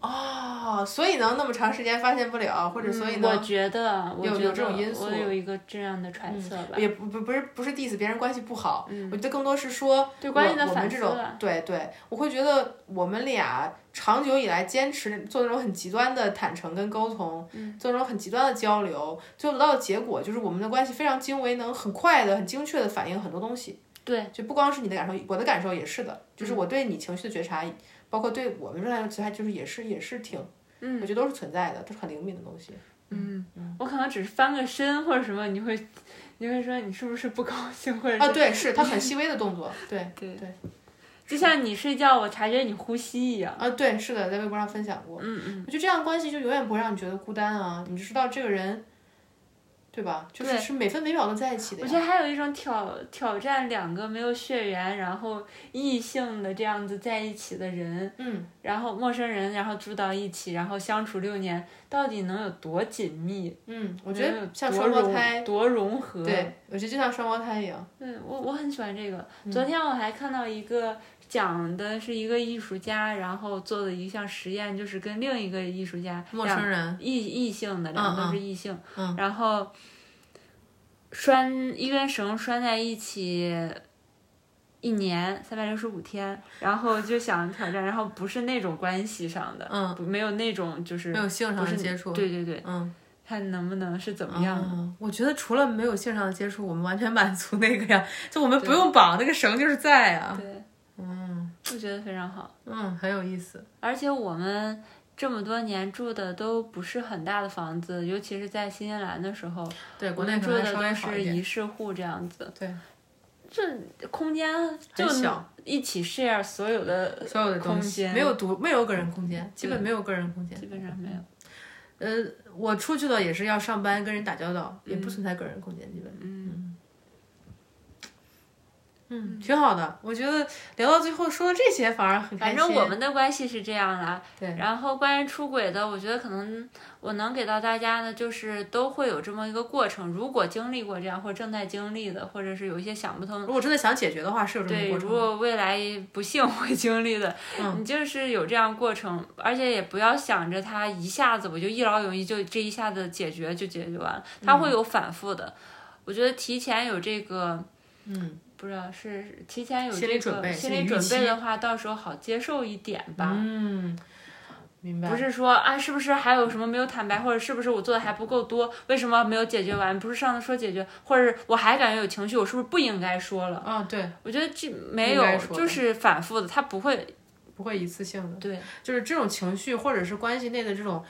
Speaker 2: 哦，所以能那么长时间发现不了，啊或者所以
Speaker 1: 嗯我
Speaker 2: 呢，
Speaker 1: 觉得，我
Speaker 2: 有
Speaker 1: 觉
Speaker 2: 有
Speaker 1: 得
Speaker 2: 这种因素
Speaker 1: 我有一个这样的揣测吧。嗯
Speaker 2: 也不不不是不是 diss 别人关系不好，我觉得更多是说
Speaker 1: 对关系
Speaker 2: 我
Speaker 1: 的
Speaker 2: 我
Speaker 1: 反
Speaker 2: 们
Speaker 1: 思
Speaker 2: 这种
Speaker 1: 吧
Speaker 2: 对对，我会觉得我们俩长久以来坚持做那种很极端的坦诚跟沟通，
Speaker 1: 嗯
Speaker 2: 做那种很极端的交流，最后得到的结果就是我们的关系非常精微，能很快的、很精确的反映很多东西。
Speaker 1: 对，嗯
Speaker 2: 就不光是你的感受，我的感受也是的，就是我对你情绪的觉察，包括对我们这来的觉察，就是也是也是挺，
Speaker 1: 嗯
Speaker 2: 我觉得都是存在的，都是很灵敏的东西。
Speaker 1: 嗯，我可能只是翻个身或者什么，你会，你会说你是不是不高兴，或者
Speaker 2: 啊，
Speaker 1: 是
Speaker 2: 对，是它很细微的动作， 对
Speaker 1: 对
Speaker 2: 对
Speaker 1: 就像你睡觉，我察觉你呼吸一样。
Speaker 2: 啊，对，是的，在微博上分享过。
Speaker 1: 嗯嗯。
Speaker 2: 我觉得这样关系就永远不会让你觉得孤单啊，你知道这个人，对吧？就是
Speaker 1: 对
Speaker 2: 是每分每秒都在一起的
Speaker 1: 我
Speaker 2: 呀。
Speaker 1: 觉得还有一种挑挑战两个没有血缘，然后异性的这样子在一起的人，
Speaker 2: 嗯，
Speaker 1: 然后陌生人，然后住到一起，然后相处六年，到底能有多紧密？
Speaker 2: 嗯，我觉
Speaker 1: 能有
Speaker 2: 得像
Speaker 1: 多
Speaker 2: 双胞
Speaker 1: 融
Speaker 2: 胎，
Speaker 1: 多融合。
Speaker 2: 对，我觉得就像双胞胎一样。
Speaker 1: 对嗯我我很喜欢这个。
Speaker 2: 嗯
Speaker 1: 昨天我还看到一个讲的是一个艺术家，然后做的一项实验，就是跟另一个艺术家两
Speaker 2: 人，
Speaker 1: 异异性的，两个
Speaker 2: 嗯
Speaker 1: 都
Speaker 2: 嗯
Speaker 1: 是异性，
Speaker 2: 嗯
Speaker 1: 然后拴一根绳拴在一起。一年三百六十五天，然后就想挑战，然后不是那种关系上的，
Speaker 2: 嗯
Speaker 1: 不，没有那种就是
Speaker 2: 有性
Speaker 1: 不是对对对，
Speaker 2: 嗯，
Speaker 1: 看能不能是怎么样的。
Speaker 2: 啊，我觉得除了没有性上的接触，我们完全满足那个呀，就我们不用绑那个绳，就是在啊。
Speaker 1: 对，
Speaker 2: 嗯
Speaker 1: 我觉得非常好。
Speaker 2: 嗯，很有意思。
Speaker 1: 而且我们这么多年住的都不是很大的房子，尤其是在新西兰的时候，
Speaker 2: 对，
Speaker 1: 我
Speaker 2: 国内
Speaker 1: 们
Speaker 2: 可
Speaker 1: 住
Speaker 2: 能
Speaker 1: 的
Speaker 2: 还稍微
Speaker 1: 都
Speaker 2: 好
Speaker 1: 是
Speaker 2: 一点。
Speaker 1: 一室户这样子。
Speaker 2: 对，
Speaker 1: 这空间就
Speaker 2: 很小，
Speaker 1: 一起 share 所有的
Speaker 2: 所有的东
Speaker 1: 空
Speaker 2: 西
Speaker 1: 间嗯
Speaker 2: 没有独没有个人空间，基本没有个人空间。
Speaker 1: 基本上没有。
Speaker 2: 呃，我出去了也是要上班跟人打交道，也不存在个人空间，基本。
Speaker 1: 嗯，
Speaker 2: 嗯，挺好的。我觉得聊到最后说这些反而很开
Speaker 1: 反
Speaker 2: 心。
Speaker 1: 正我们的关系是这样啦。
Speaker 2: 对
Speaker 1: 然后关于出轨的，我觉得可能我能给到大家的就是都会有这么一个过程。如果经历过这样，或者正在经历的，或者是有一些想不通
Speaker 2: 如果真的想解决的话，是有这么
Speaker 1: 对，
Speaker 2: 个过
Speaker 1: 如
Speaker 2: 程嗯的。
Speaker 1: 果未来 不幸会经历的，你就是有这样过程，而且也不要想着它一下子我就一劳永逸，就这一下子解决就解决完了，它会有反复的。我觉得提前有这个，
Speaker 2: 嗯，
Speaker 1: 不知道是提前有
Speaker 2: 心理
Speaker 1: 这
Speaker 2: 准
Speaker 1: 个
Speaker 2: 备
Speaker 1: 心
Speaker 2: 心理
Speaker 1: 理
Speaker 2: 预
Speaker 1: 准备
Speaker 2: 期
Speaker 1: 的话，到时候好接受一点吧。
Speaker 2: 嗯，明白。
Speaker 1: 不是说啊，是不是还有什么没有坦白，或者是不是我做的还不够多？为什么没有解决完？不是上次说解决，或者是我还感觉有情绪，我是不是不应该说了？
Speaker 2: 啊，对，
Speaker 1: 我觉得这没
Speaker 2: 应
Speaker 1: 有
Speaker 2: 该，说的
Speaker 1: 就是反复的，它不会
Speaker 2: 不会一次性的。
Speaker 1: 对，
Speaker 2: 就是这种情绪或者是关系内的这种，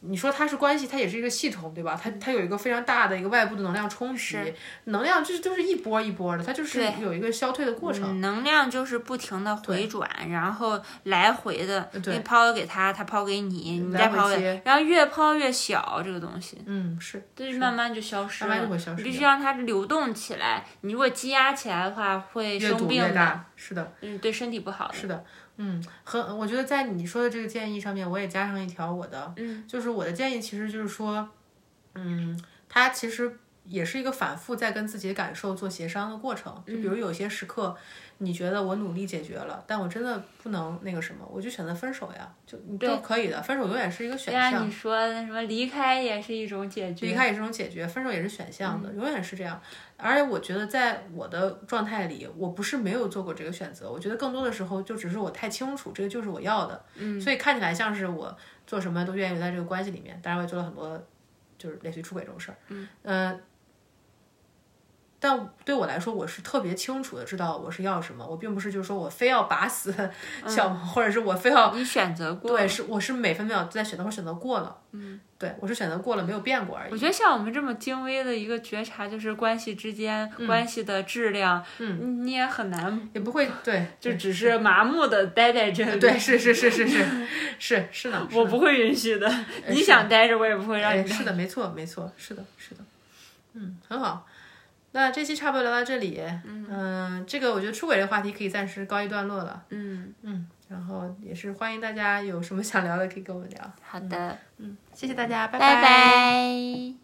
Speaker 2: 你说它是关系，它也是一个系统，对吧？它它有一个非常大的一个外部的能量冲
Speaker 1: 嗯
Speaker 2: 击
Speaker 1: 是，
Speaker 2: 能量就是就是一波一波的，它就是
Speaker 1: 对
Speaker 2: 有一个消退的过程。
Speaker 1: 嗯能量就是不停的回转，然后来回的，
Speaker 2: 呃对
Speaker 1: 你抛给他，他抛给你，你再
Speaker 2: 来回
Speaker 1: 抛给
Speaker 2: 接，
Speaker 1: 然后越抛越小，这个东西，
Speaker 2: 嗯，是，
Speaker 1: 就是慢慢就消失
Speaker 2: 慢
Speaker 1: 了
Speaker 2: 慢就。会消
Speaker 1: 你
Speaker 2: 失
Speaker 1: 必须
Speaker 2: 掉，
Speaker 1: 让它流动起来，你如果积压起来的话，会
Speaker 2: 越
Speaker 1: 生
Speaker 2: 堵
Speaker 1: 病
Speaker 2: 越
Speaker 1: 的，
Speaker 2: 大，是的，
Speaker 1: 嗯，对身体不好的。
Speaker 2: 是的，嗯，和我觉得在你说的这个建议上面，我也加上一条我的，
Speaker 1: 嗯，
Speaker 2: 就是我的建议其实就是说，嗯，它其实也是一个反复在跟自己的感受做协商的过程。就
Speaker 1: 嗯
Speaker 2: 比如有些时刻，你觉得我努力解决了，但我真的不能那个什么，我就选择分手呀，就你都可以的，分手永远是一个选
Speaker 1: 虽然
Speaker 2: 项
Speaker 1: 你。说那什么离开也是一种解决，嗯
Speaker 2: 离开也是种解决，分手也是选项的，永远是这样。而且我觉得，在我的状态里，我不是没有做过这个选择。我觉得更多的时候，就只是我太清楚这个就是我要的，嗯，所以看起来像是我做什么都愿意留在这个关系里面。当然，我也做了很多，就是类似于出轨这种事儿，嗯，呃，但对我来说，我是特别清楚的知道我是要什么，我并不是就是说我非要把死小，或者是我非要
Speaker 1: 你嗯选择过。
Speaker 2: 对，是我是每分每秒都在选择，或选择过了，嗯，对我是选择过了，没有变过而已。
Speaker 1: 我觉得像我们这么精微的一个觉察，就是关系之间、
Speaker 2: 嗯
Speaker 1: 关系的质量，嗯，你也很难
Speaker 2: 也不会对，
Speaker 1: 就只是麻木的待在这里。
Speaker 2: 对，是是是是是 是是呢，
Speaker 1: 我不会允许的。你想待着，我也不会让
Speaker 2: 哎，
Speaker 1: 你。
Speaker 2: 是的，没错没错，是的是的，嗯，很好。那这期差不多聊到这里，嗯、这个我觉得出轨这个话题可以暂时告一段落了，
Speaker 1: 嗯，
Speaker 2: 嗯，然后也是欢迎大
Speaker 1: 嗯呃
Speaker 2: 家有什么想聊的可以跟我们聊，
Speaker 1: 好的，
Speaker 2: 嗯，谢谢大家，
Speaker 1: 拜
Speaker 2: 拜
Speaker 1: 拜